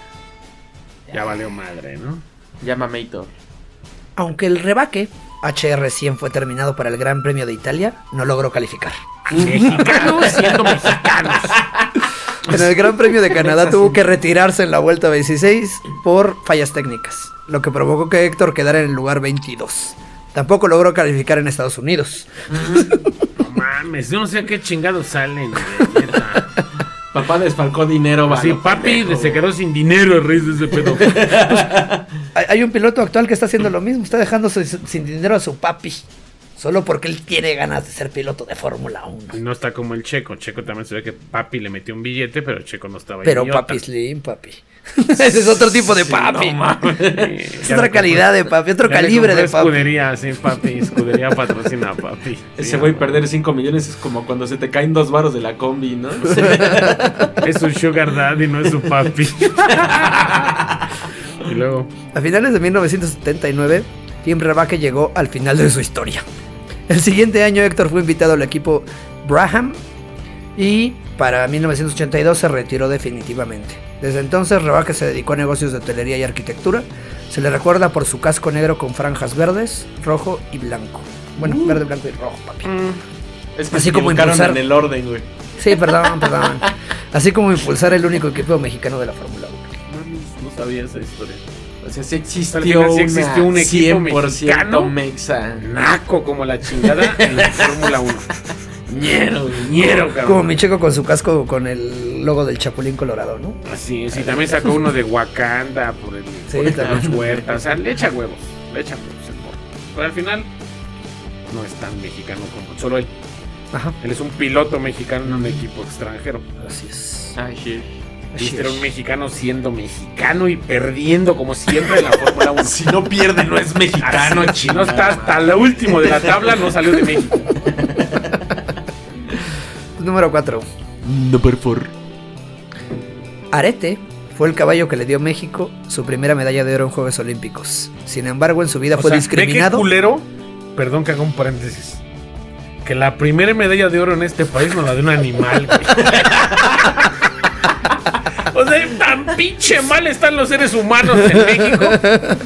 [SPEAKER 1] Ya valió madre, ¿no?
[SPEAKER 2] Ya mameito.
[SPEAKER 3] Aunque el rebaque HR100 fue terminado para el Gran Premio de Italia, no logró calificar.
[SPEAKER 1] Mexicanos siendo mexicanos.
[SPEAKER 3] En el Gran Premio de Canadá tuvo que retirarse en la vuelta 26 por fallas técnicas, lo que provocó que Héctor quedara en el lugar 22. Tampoco logró calificar en Estados Unidos.
[SPEAKER 1] No mames, yo no sé a qué chingados salen. güey, neta.
[SPEAKER 2] Papá desfalcó dinero,
[SPEAKER 1] Así,
[SPEAKER 2] valió
[SPEAKER 1] papi
[SPEAKER 2] pendejo,
[SPEAKER 1] se
[SPEAKER 2] güey.
[SPEAKER 1] quedó sin dinero el rey de ese pedo.
[SPEAKER 3] Hay hay un piloto actual que está haciendo lo mismo, está dejándose sin dinero a su papi. Solo porque él tiene ganas de ser piloto de Fórmula 1.
[SPEAKER 1] No está como el Checo. Checo también se ve que papi le metió un billete, pero Checo no estaba
[SPEAKER 3] Pero
[SPEAKER 1] idiota.
[SPEAKER 3] papi Slim, papi. Ese es otro tipo de
[SPEAKER 1] Sí,
[SPEAKER 3] papi.
[SPEAKER 1] no mames.
[SPEAKER 3] es
[SPEAKER 1] Ya
[SPEAKER 3] otra
[SPEAKER 1] le
[SPEAKER 3] calidad
[SPEAKER 1] compré-
[SPEAKER 3] de papi, otro
[SPEAKER 1] ya le
[SPEAKER 3] calibre
[SPEAKER 1] compré
[SPEAKER 3] de papi.
[SPEAKER 1] Escudería, sí, papi. Escudería patrocina a papi.
[SPEAKER 2] Ese
[SPEAKER 1] Sí,
[SPEAKER 2] güey
[SPEAKER 1] no
[SPEAKER 2] perder 5 millones es como cuando se te caen dos varos de la combi, ¿no?
[SPEAKER 1] mames. Es su sugar daddy, no es su papi. y luego.
[SPEAKER 3] A finales de 1979, Tim Rebaque llegó al final de su historia. El siguiente año, Héctor fue invitado al equipo Braham y para 1982 se retiró definitivamente. Desde entonces, Rebaque se dedicó a negocios de hotelería y arquitectura. Se le recuerda por su casco negro con franjas verdes, rojo y blanco. Bueno, verde, blanco y rojo, papi.
[SPEAKER 2] Es que
[SPEAKER 3] Así
[SPEAKER 2] se
[SPEAKER 3] como
[SPEAKER 2] equivocaron
[SPEAKER 3] impulsar-
[SPEAKER 2] en el orden, güey.
[SPEAKER 3] Sí, perdón, perdón. Así como impulsar el único equipo mexicano de la Fórmula 1.
[SPEAKER 2] No sabía esa historia. O sea, sí
[SPEAKER 1] Al final
[SPEAKER 2] existió,
[SPEAKER 1] sí
[SPEAKER 2] una
[SPEAKER 1] existió un equipo
[SPEAKER 2] 100%
[SPEAKER 1] mexicano.
[SPEAKER 2] mexa.
[SPEAKER 1] Naco como la chingada en la Fórmula 1. Ñero, ñero, cabrón.
[SPEAKER 3] Como mi checo con su casco con el logo del Chapulín Colorado, ¿no?
[SPEAKER 1] Así es, y también sacó uno de Wakanda por el
[SPEAKER 3] Sí,
[SPEAKER 1] por el
[SPEAKER 3] también.
[SPEAKER 1] Carlos Huerta. O sea, le echa huevos, le echa huevos el morro. Pero al final no es tan mexicano como solo él.
[SPEAKER 3] Ajá.
[SPEAKER 1] Él es un piloto mexicano en un equipo extranjero.
[SPEAKER 3] Así es.
[SPEAKER 2] Ay, sí.
[SPEAKER 3] Así
[SPEAKER 1] Viste
[SPEAKER 3] es.
[SPEAKER 1] era un mexicano siendo mexicano y perdiendo como siempre en la Fórmula 1.
[SPEAKER 2] Si no pierde, no es
[SPEAKER 1] Ah,
[SPEAKER 2] mexicano,
[SPEAKER 1] no,
[SPEAKER 2] chino.
[SPEAKER 1] no está hasta lo último de la tabla, no salió de México.
[SPEAKER 3] Número 4.
[SPEAKER 2] No, por favor.
[SPEAKER 3] Arete fue el caballo que le dio México su primera medalla de oro en Juegos Olímpicos. Sin embargo, en su vida
[SPEAKER 1] O
[SPEAKER 3] fue
[SPEAKER 1] sea,
[SPEAKER 3] discriminado.
[SPEAKER 1] ¿ve qué culero? Perdón que haga un paréntesis. Que la primera medalla de oro en este país nos la dio un animal, güey. O sea, tan pinche mal están los seres humanos en México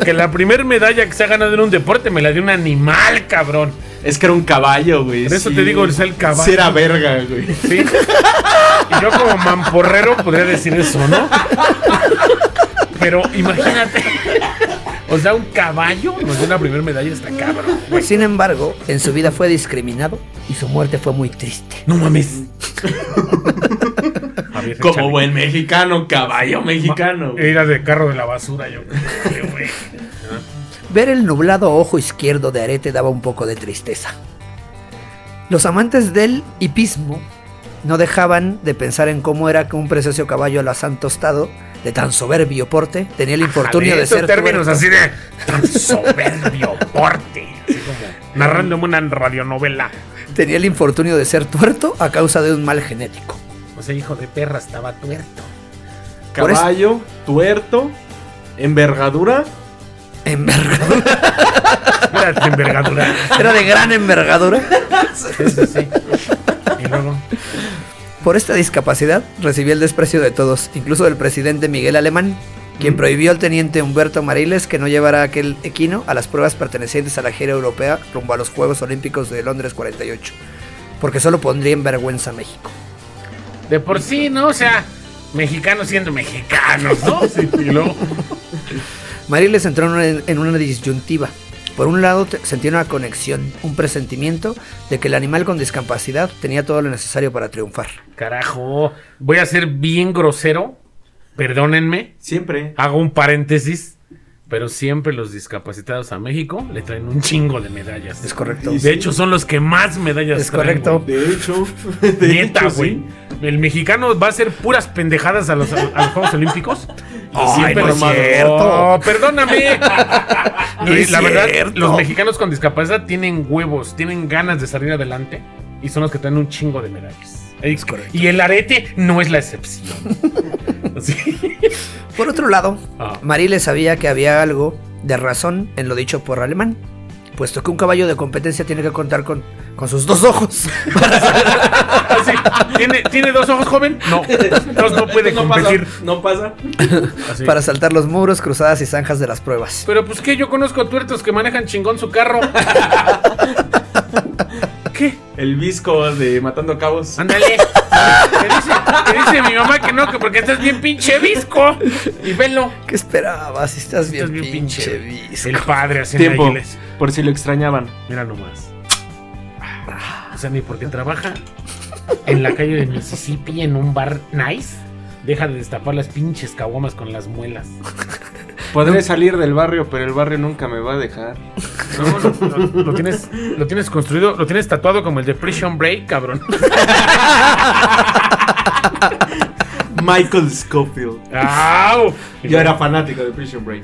[SPEAKER 1] que la primera medalla que se ha ganado en un deporte me la dio un animal, cabrón.
[SPEAKER 2] Es que era un caballo, güey.
[SPEAKER 1] Por eso te digo, es el caballo.
[SPEAKER 2] Sí era verga, güey.
[SPEAKER 1] ¿Sí? Y yo como mamporrero podría decir eso, ¿no? Pero imagínate. O sea, un caballo nos dio la primera medalla está cabrón. güey.
[SPEAKER 3] Sin embargo, en su vida fue discriminado y su muerte fue muy triste.
[SPEAKER 1] No mames. A ver,
[SPEAKER 2] Como
[SPEAKER 1] échale.
[SPEAKER 2] buen mexicano, caballo mexicano. güey.
[SPEAKER 1] Era de carro de la basura, yo creo, güey.
[SPEAKER 3] Ver el nublado ojo izquierdo de Arete daba un poco de tristeza. Los amantes del hipismo no dejaban de pensar en cómo era que un precioso caballo alazán tostado, de tan soberbio porte, tenía el infortunio
[SPEAKER 1] Jale,
[SPEAKER 3] de
[SPEAKER 1] esos
[SPEAKER 3] ser
[SPEAKER 1] términos
[SPEAKER 3] tuerto.
[SPEAKER 1] así de tan soberbio porte. Así como narrándome una radionovela.
[SPEAKER 3] tenía el infortunio de ser tuerto a causa de un mal genético.
[SPEAKER 1] O sea, hijo de perra, estaba tuerto.
[SPEAKER 3] por eso-
[SPEAKER 2] Caballo, tuerto, envergadura.
[SPEAKER 3] Envergadura.
[SPEAKER 1] Espérate, envergadura.
[SPEAKER 3] Era de gran envergadura.
[SPEAKER 1] Sí, sí, sí. Y luego.
[SPEAKER 3] Por esta discapacidad recibió el desprecio de todos, incluso del presidente Miguel Alemán, quien prohibió al teniente Humberto Mariles que no llevara aquel equino a las pruebas pertenecientes a la gira europea rumbo a los Juegos Olímpicos de Londres 48, porque solo pondría en vergüenza a México.
[SPEAKER 1] De por sí, ¿no? O sea, mexicanos siendo mexicanos, ¿no? Sí, y luego.
[SPEAKER 3] Mariles entró en una, en una disyuntiva. Por un lado, te- sentía una conexión, un presentimiento de que el animal con discapacidad tenía todo lo necesario para triunfar.
[SPEAKER 1] Carajo, voy a ser bien grosero. Perdónenme.
[SPEAKER 2] Siempre.
[SPEAKER 1] Hago un paréntesis. Pero siempre los discapacitados a México le traen un chingo de medallas.
[SPEAKER 3] Es correcto.
[SPEAKER 1] De hecho, son los que más medallas
[SPEAKER 3] Es
[SPEAKER 1] traen,
[SPEAKER 3] correcto.
[SPEAKER 1] güey.
[SPEAKER 2] De hecho. De
[SPEAKER 1] Neta,
[SPEAKER 2] hecho, sí.
[SPEAKER 1] güey. El mexicano va a hacer puras pendejadas a los, a los Juegos Olímpicos. Y
[SPEAKER 3] Ay, no es
[SPEAKER 1] mamado.
[SPEAKER 3] cierto.
[SPEAKER 1] Oh, perdóname.
[SPEAKER 3] No
[SPEAKER 1] Y
[SPEAKER 3] es
[SPEAKER 1] la verdad,
[SPEAKER 3] cierto.
[SPEAKER 1] los mexicanos con discapacidad tienen huevos, tienen ganas de salir adelante y son los que traen un chingo de medallas. Y el arete no es la excepción. Sí.
[SPEAKER 3] Por otro lado,
[SPEAKER 1] Ah.
[SPEAKER 3] Marile sabía que había algo de razón en lo dicho por Alemán, puesto que un caballo de competencia tiene que contar con, con sus dos ojos.
[SPEAKER 1] Así, ¿Tiene, ¿Tiene dos ojos, joven? No. Dos no puede
[SPEAKER 2] Esto
[SPEAKER 1] competir.
[SPEAKER 2] Pasa, no pasa.
[SPEAKER 1] Así.
[SPEAKER 3] Para saltar los muros, cruzadas y zanjas de las pruebas.
[SPEAKER 1] Pero pues que yo conozco tuertos que manejan chingón su carro. ¿Qué?
[SPEAKER 2] El visco de Matando Cabos.
[SPEAKER 1] Ándale. Te dice, te dice mi mamá que no, que porque estás bien pinche visco. Y velo.
[SPEAKER 3] ¿Qué esperabas? Si estás bien,
[SPEAKER 1] Estás bien
[SPEAKER 3] pinche,
[SPEAKER 1] pinche
[SPEAKER 3] visco.
[SPEAKER 1] El padre haciendo
[SPEAKER 2] Tiempo.
[SPEAKER 1] águiles.
[SPEAKER 2] Por si lo extrañaban.
[SPEAKER 1] Mira nomás. O sea, ni porque trabaja en la calle de Mississippi en un bar nice, deja de destapar las pinches caguamas con las muelas.
[SPEAKER 2] Podré salir del barrio, pero el barrio nunca me va a dejar.
[SPEAKER 1] No, lo, lo- lo tienes, lo tienes construido, lo tienes tatuado como el de Prison Break, cabrón.
[SPEAKER 2] Michael Scofield.
[SPEAKER 1] ¡Au!
[SPEAKER 2] Yo era fanático de Prison Break.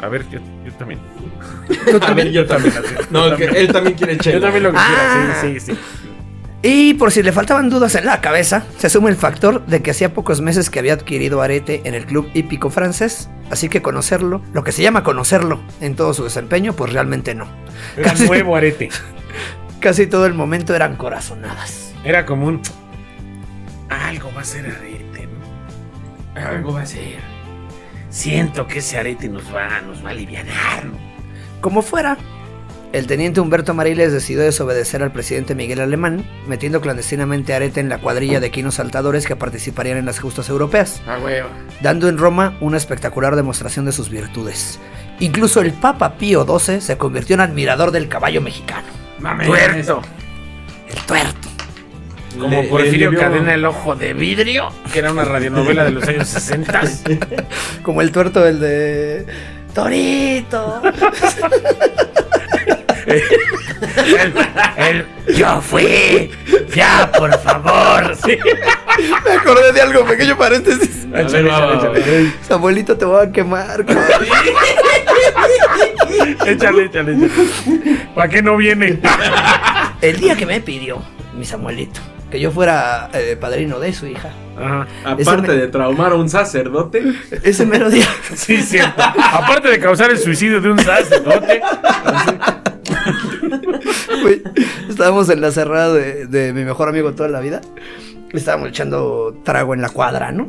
[SPEAKER 1] A ver, yo, yo también.
[SPEAKER 2] A ver, yo también. No, que él también quiere chelo.
[SPEAKER 1] Yo también lo que
[SPEAKER 3] Ah.
[SPEAKER 1] quiera, sí, sí, sí.
[SPEAKER 3] Y por si le faltaban dudas en la cabeza, se suma el factor de que hacía pocos meses que había adquirido arete en el club hípico francés, así que conocerlo, lo que se llama conocerlo en todo su desempeño, pues realmente no.
[SPEAKER 1] Era
[SPEAKER 3] Casi-
[SPEAKER 1] nuevo arete.
[SPEAKER 3] Casi todo el momento eran corazonadas.
[SPEAKER 1] Era como un. Algo va a ser arete, ¿no?
[SPEAKER 2] Algo va a ser.
[SPEAKER 1] Siento que ese arete nos va, nos va a aliviar, ¿no?
[SPEAKER 3] Como fuera, el teniente Humberto Mariles decidió desobedecer al presidente Miguel Alemán, metiendo clandestinamente arete en la cuadrilla de quinos saltadores que participarían en las justas europeas.
[SPEAKER 2] Ah, huevo.
[SPEAKER 3] dando en Roma una espectacular demostración de sus virtudes. Incluso el Papa Pío XII se convirtió en admirador del caballo mexicano,
[SPEAKER 2] Mames.
[SPEAKER 1] Tuerto.
[SPEAKER 3] el tuerto.
[SPEAKER 1] Como
[SPEAKER 2] Le- eh,
[SPEAKER 1] Porfirio
[SPEAKER 2] le dio-
[SPEAKER 1] Cadena el Ojo de Vidrio, que era una radionovela de los años 60.
[SPEAKER 3] Como el tuerto del de... Torito.
[SPEAKER 1] El, el, yo fui. Ya, por favor. Sí.
[SPEAKER 3] Me acordé de algo, pequeño paréntesis.
[SPEAKER 5] A ver, va, va, va.
[SPEAKER 3] Samuelito, te voy a quemar. cabrón.
[SPEAKER 1] Échale, échale, échale. ¿Para qué no viene?
[SPEAKER 3] El día que me pidió mi Samuelito que yo fuera eh, padrino de su hija.
[SPEAKER 1] Ajá.
[SPEAKER 2] Aparte
[SPEAKER 3] Ese me-
[SPEAKER 2] de traumar a un sacerdote,
[SPEAKER 3] Ese mero día...
[SPEAKER 1] Sí, cierto. Aparte de causar el suicidio de un sacerdote.
[SPEAKER 3] Güey, estábamos en la cerrada de, de mi mejor amigo toda la vida. Estábamos echando trago en la cuadra, ¿no?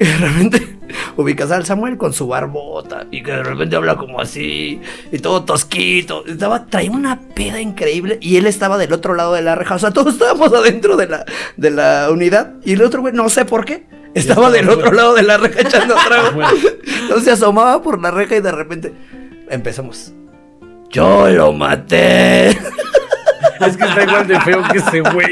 [SPEAKER 3] Y de repente ubicas al Samuel con su barbota y que de repente habla como así y todo tosquito. Estaba, traía una peda increíble y él estaba del otro lado de la reja. O sea, todos estábamos adentro de la, de la unidad y el otro güey, no sé por qué, estaba del otro lado de la reja echando trago. Entonces se asomaba por la reja y de repente empezamos. Yo lo maté.
[SPEAKER 1] Es que está igual de feo que ese güey.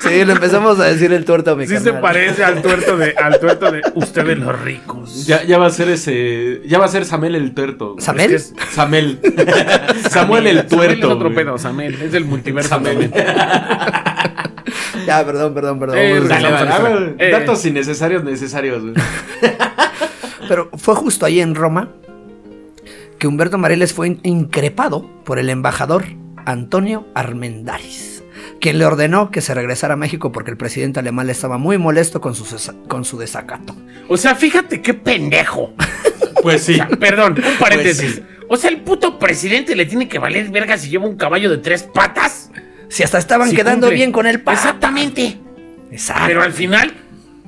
[SPEAKER 3] Sí, le empezamos a decir el tuerto a mi
[SPEAKER 1] Sí se
[SPEAKER 3] carnal.
[SPEAKER 1] parece al tuerto de, al tuerto de ustedes los ricos.
[SPEAKER 2] ya, ya va a ser ese. Ya va a ser Samel el tuerto. güey.
[SPEAKER 3] ¿Samel?
[SPEAKER 1] Es que
[SPEAKER 2] Samel. Samuel el tuerto.
[SPEAKER 1] Samel es otro
[SPEAKER 2] güey.
[SPEAKER 1] pedo, Samel. Es del multiverso.
[SPEAKER 2] Samel.
[SPEAKER 1] también.
[SPEAKER 3] Ya, perdón, perdón, perdón.
[SPEAKER 1] Eh,
[SPEAKER 3] Vamos a-
[SPEAKER 2] Dale, dale,
[SPEAKER 1] Samel.
[SPEAKER 2] dale.
[SPEAKER 1] Eh.
[SPEAKER 2] Datos innecesarios, necesarios. güey.
[SPEAKER 3] Pero fue justo ahí en Roma que Humberto Mareles fue in- increpado por el embajador Antonio Armendáriz, quien le ordenó que se regresara a México porque el presidente alemán le estaba muy molesto con su, cesa- con su desacato.
[SPEAKER 1] O sea, fíjate qué pendejo.
[SPEAKER 2] Pues sí.
[SPEAKER 1] Perdón, un paréntesis.
[SPEAKER 2] Pues
[SPEAKER 1] O sea, el puto presidente le tiene que valer verga si lleva un caballo de tres patas.
[SPEAKER 3] Si hasta estaban
[SPEAKER 1] Si
[SPEAKER 3] quedando
[SPEAKER 1] cumple.
[SPEAKER 3] bien con el papa.
[SPEAKER 1] Exactamente.
[SPEAKER 3] Exacto.
[SPEAKER 1] Pero al final,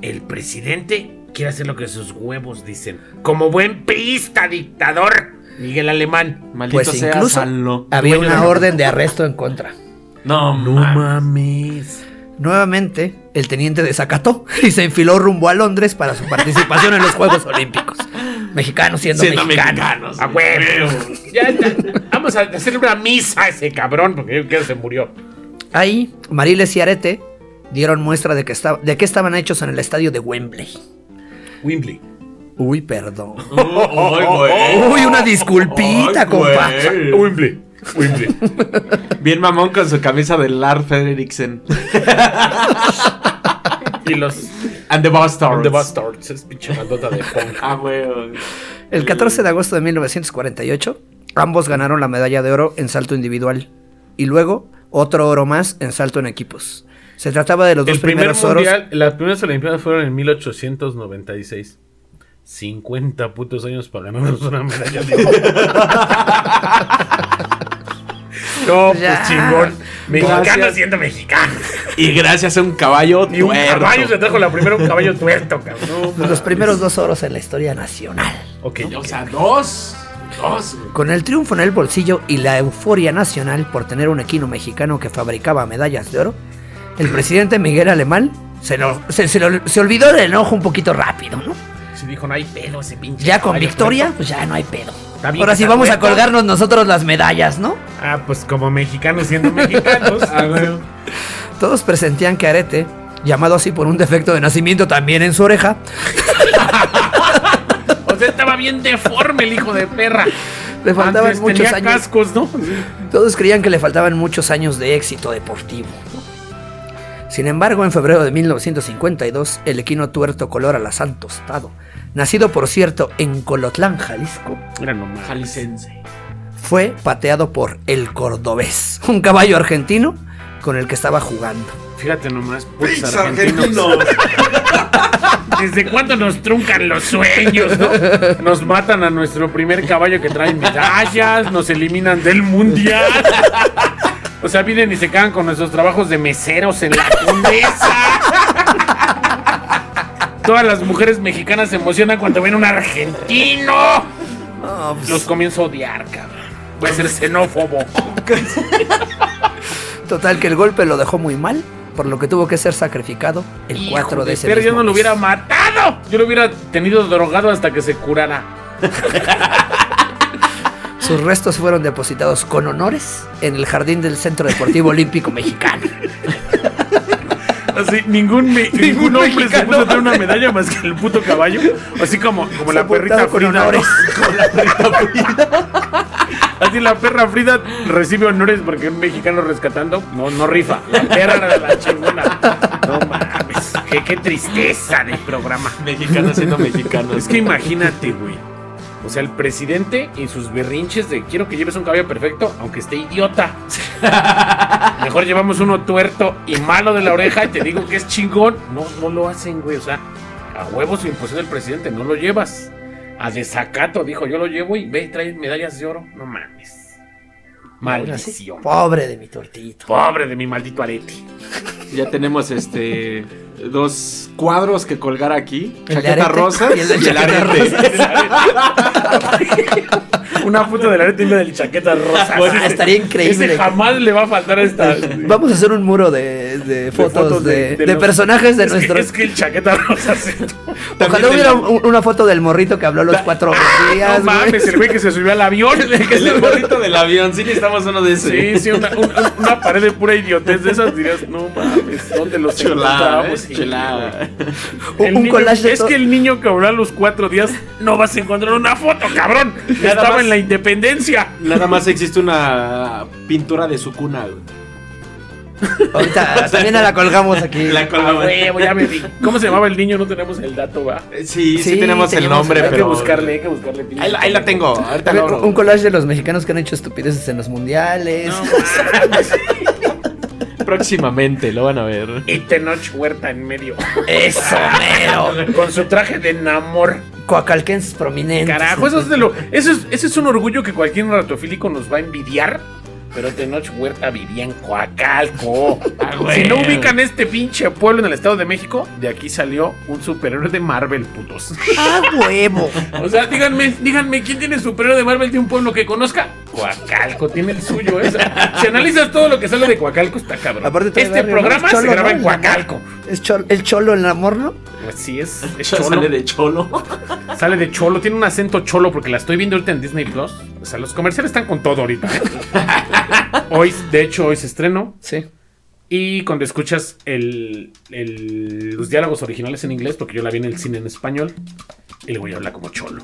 [SPEAKER 1] el presidente quiere hacer lo que sus huevos dicen. Como buen pista dictador, Miguel Alemán.
[SPEAKER 2] Maldito
[SPEAKER 3] Pues
[SPEAKER 2] sea
[SPEAKER 3] incluso
[SPEAKER 2] Sanlo.
[SPEAKER 3] había
[SPEAKER 1] Dueño
[SPEAKER 3] una
[SPEAKER 1] de-
[SPEAKER 3] orden de arresto en contra.
[SPEAKER 2] No, no
[SPEAKER 1] mames.
[SPEAKER 3] Nuevamente, el teniente desacató y se enfiló rumbo a Londres para su participación en los Juegos Olímpicos. Mexicanos siendo,
[SPEAKER 2] Siendo
[SPEAKER 3] mexicanos.
[SPEAKER 2] mexicanos.
[SPEAKER 1] A huevo. Ya está. Vamos a hacer una misa a ese cabrón, porque yo creo que se murió.
[SPEAKER 3] Ahí, Mariles y Arete dieron muestra de que, esta- de que estaban hechos en el estadio de Wembley.
[SPEAKER 1] Wimbley.
[SPEAKER 3] Uy, perdón.
[SPEAKER 2] Uy, güey.
[SPEAKER 3] Uy, una disculpita,
[SPEAKER 2] Ay,
[SPEAKER 3] compa.
[SPEAKER 2] güey.
[SPEAKER 1] Wimbley. Wimbley.
[SPEAKER 2] Bien mamón con su camisa de Lars Frederiksen.
[SPEAKER 1] y los
[SPEAKER 2] And the Bastards.
[SPEAKER 1] The Bastards. Es pinche bandota de punk.
[SPEAKER 2] Ah, güey.
[SPEAKER 3] El 14 de agosto de 1948, ambos ganaron la medalla de oro en salto individual y luego otro oro más en salto en equipos. Se trataba de los
[SPEAKER 1] El
[SPEAKER 3] dos
[SPEAKER 1] primer
[SPEAKER 3] primeros oros.
[SPEAKER 1] mundial, las primeras Olimpiadas fueron en 1896. 50 putos años para ganarnos una medalla de oro. No,
[SPEAKER 3] Ya.
[SPEAKER 1] pues chingón. Mexicano
[SPEAKER 2] Gracias.
[SPEAKER 1] siendo mexicano.
[SPEAKER 2] Y gracias a un caballo
[SPEAKER 1] Y un
[SPEAKER 2] tuerto.
[SPEAKER 1] caballo se trajo la primera, un caballo tuerto, cabrón.
[SPEAKER 3] Los primeros dos oros en la historia nacional.
[SPEAKER 1] Ok,
[SPEAKER 2] O sea, dos. Dos. güey.
[SPEAKER 3] Con el triunfo en el bolsillo y la euforia nacional por tener un equino mexicano que fabricaba medallas de oro, el presidente Miguel Alemán se, lo- se- se lo- se olvidó del enojo un poquito rápido, ¿no?
[SPEAKER 1] si dijo no hay pedo ese pinche.
[SPEAKER 3] Ya con
[SPEAKER 1] caballo
[SPEAKER 3] victoria, pues ya no hay pedo.
[SPEAKER 1] Está bien
[SPEAKER 3] Ahora
[SPEAKER 1] que
[SPEAKER 3] sí
[SPEAKER 1] está
[SPEAKER 3] vamos a
[SPEAKER 1] muerto.
[SPEAKER 3] colgarnos nosotros las medallas, ¿no?
[SPEAKER 1] tuerto. Ah, pues como mexicanos siendo mexicanos.
[SPEAKER 2] Ah, güey.
[SPEAKER 3] Todos presentían que Arete, llamado así por un defecto de nacimiento también en su oreja,
[SPEAKER 1] estaba bien deforme el hijo de perra.
[SPEAKER 3] Le faltaban
[SPEAKER 1] Antes
[SPEAKER 3] muchos
[SPEAKER 1] tenía
[SPEAKER 3] años.
[SPEAKER 1] cascos, ¿no?
[SPEAKER 3] Todos creían que le faltaban muchos años de éxito deportivo. Sin embargo, en febrero de 1952, el equino tuerto color alazán tostado, nacido por cierto en Colotlán, Jalisco,
[SPEAKER 1] Mira nomás.
[SPEAKER 2] Jalicense.
[SPEAKER 3] fue pateado por el cordobés, un caballo argentino con el que estaba jugando.
[SPEAKER 1] Fíjate nomás, putos
[SPEAKER 7] Pinches
[SPEAKER 1] argentinos.
[SPEAKER 7] argentinos.
[SPEAKER 1] ¿Desde cuándo nos truncan los sueños, no? Nos matan a nuestro primer caballo que trae medallas, nos eliminan del mundial. O sea, vienen y se cagan con nuestros trabajos de meseros en la condesa. Todas las mujeres mexicanas se emocionan cuando ven un argentino.
[SPEAKER 3] No, pues,
[SPEAKER 1] Los comienzo a odiar, cabrón. Voy a ser xenófobo.
[SPEAKER 3] total que el golpe lo dejó muy mal, por lo que tuvo que ser sacrificado el 4 de
[SPEAKER 1] Pero
[SPEAKER 3] septiembre.
[SPEAKER 1] yo no lo hubiera matado. Yo lo hubiera tenido drogado hasta que se curara.
[SPEAKER 3] Sus restos fueron depositados con honores en el jardín del Centro Deportivo Olímpico Mexicano.
[SPEAKER 1] Así, ningún, me- ningún hombre se
[SPEAKER 3] mexicano.
[SPEAKER 1] puso a tener una medalla más que el puto caballo. Así como, como la perrita
[SPEAKER 3] Sepultado con
[SPEAKER 1] Frida.
[SPEAKER 3] honores.
[SPEAKER 1] Así la perra Frida recibe honores porque un mexicano rescatando no, no rifa. La perra era la chingona. No mames. Qué, qué tristeza de programa.
[SPEAKER 2] Mexicano siendo mexicano.
[SPEAKER 1] Es que imagínate, güey. O sea, el presidente y sus berrinches de quiero que lleves un caballo perfecto, aunque esté idiota. Mejor llevamos uno tuerto y malo de la oreja y te digo que es chingón. No, no lo hacen, güey. O sea, a huevos su imposición del presidente, no lo llevas. A desacato, dijo, yo lo llevo y ve, trae medallas de oro. No mames. Maldición.
[SPEAKER 3] Pobre de mi tortito.
[SPEAKER 1] Pobre de mi maldito arete.
[SPEAKER 2] Ya tenemos este dos cuadros que colgar aquí.
[SPEAKER 3] El de
[SPEAKER 2] Chaqueta
[SPEAKER 3] arete
[SPEAKER 2] rosa
[SPEAKER 3] y el de chaqueta
[SPEAKER 2] arete.
[SPEAKER 1] Una foto del arete y una del chaqueta rosa.
[SPEAKER 3] Ah, estaría increíble.
[SPEAKER 1] Pues Ese jamás le va a faltar a esta.
[SPEAKER 3] Vamos a hacer un muro de, de fotos,
[SPEAKER 1] fotos
[SPEAKER 3] de,
[SPEAKER 1] de- de
[SPEAKER 3] de
[SPEAKER 1] los-
[SPEAKER 3] personajes de
[SPEAKER 1] es
[SPEAKER 3] nuestro...
[SPEAKER 1] Que, es que el chaqueta rosa se...
[SPEAKER 3] Ojalá
[SPEAKER 2] También
[SPEAKER 3] hubiera
[SPEAKER 2] del-
[SPEAKER 3] un- una foto del morrito que habló los cuatro días.
[SPEAKER 1] Ah, No
[SPEAKER 3] güey.
[SPEAKER 1] mames, el güey que se subió al avión.
[SPEAKER 2] El gorrito del avión, sí necesitamos uno de ese.
[SPEAKER 1] Sí, sí, una, una- una pared de pura idiotez de esas dirías, no mames, ¿dónde los
[SPEAKER 2] Chulada,
[SPEAKER 1] encontramos?
[SPEAKER 3] pues,
[SPEAKER 2] ¿eh?
[SPEAKER 1] Sí,
[SPEAKER 2] chulada.
[SPEAKER 1] güey.
[SPEAKER 3] Un-
[SPEAKER 1] El
[SPEAKER 3] un
[SPEAKER 1] niño-
[SPEAKER 3] collage de
[SPEAKER 1] Es
[SPEAKER 3] todo.
[SPEAKER 1] que el niño que habló a los cuatro días no vas a encontrar una foto, cabrón. Estaba
[SPEAKER 2] más.
[SPEAKER 1] en la independencia.
[SPEAKER 2] Nada más existe una pintura de su cuna, güey.
[SPEAKER 3] Ahorita también la colgamos aquí.
[SPEAKER 2] La
[SPEAKER 1] Ah,
[SPEAKER 2] colgamos.
[SPEAKER 1] huevo, ya me di. ¿Cómo se llamaba el niño? No tenemos el dato, va.
[SPEAKER 2] Eh, Sí, sí,
[SPEAKER 3] Sí,
[SPEAKER 2] tenemos, el
[SPEAKER 3] tenemos-
[SPEAKER 2] nombre,
[SPEAKER 1] Hay
[SPEAKER 2] pero.
[SPEAKER 1] que buscarle, hay que buscarle.
[SPEAKER 2] Ahí, la- ahí la tengo. Ahorita
[SPEAKER 3] A
[SPEAKER 2] lo
[SPEAKER 3] ver,
[SPEAKER 2] abro.
[SPEAKER 3] un collage de los mexicanos que han hecho estupideces en los mundiales.
[SPEAKER 1] No mames.
[SPEAKER 2] Próximamente lo van a ver.
[SPEAKER 1] Y Tenoch Huerta en medio.
[SPEAKER 3] Eso, mero.
[SPEAKER 1] Con su traje de Namor.
[SPEAKER 3] Coacalquenses prominentes.
[SPEAKER 1] Carajo, eso es de lo. Eso es, ese es un orgullo que cualquier ratofílico nos va a envidiar. Pero Tenoch Huerta vivía en Coacalco. si no ubican este pinche pueblo en el Estado de México, de aquí salió un superhéroe de Marvel, putos.
[SPEAKER 3] ¡Ah, huevo!
[SPEAKER 1] O sea, díganme, díganme, ¿quién tiene superhéroe de Marvel de un pueblo que conozca? Coacalco tiene el suyo, ¿eh? O sea, Si analizas todo lo que sale de Coacalco, está cabrón.
[SPEAKER 3] Aparte, todo el
[SPEAKER 1] este
[SPEAKER 3] barrio, ¿no?
[SPEAKER 1] programa
[SPEAKER 3] Cholo,
[SPEAKER 1] se graba
[SPEAKER 3] ¿no?
[SPEAKER 1] en Coacalco.
[SPEAKER 3] Es chol- el cholo, el amor, ¿no?
[SPEAKER 1] Así es. es
[SPEAKER 2] Eso
[SPEAKER 1] cholo.
[SPEAKER 2] Sale de cholo.
[SPEAKER 1] Sale de cholo, tiene un acento cholo porque la estoy viendo ahorita en Disney Plus. O sea, los comerciales están con todo ahorita. ¿eh? Hoy, de hecho, hoy se estrenó.
[SPEAKER 3] Sí.
[SPEAKER 1] Y cuando escuchas el, el- los diálogos originales en inglés, porque yo la vi en el cine en español, el güey habla como cholo.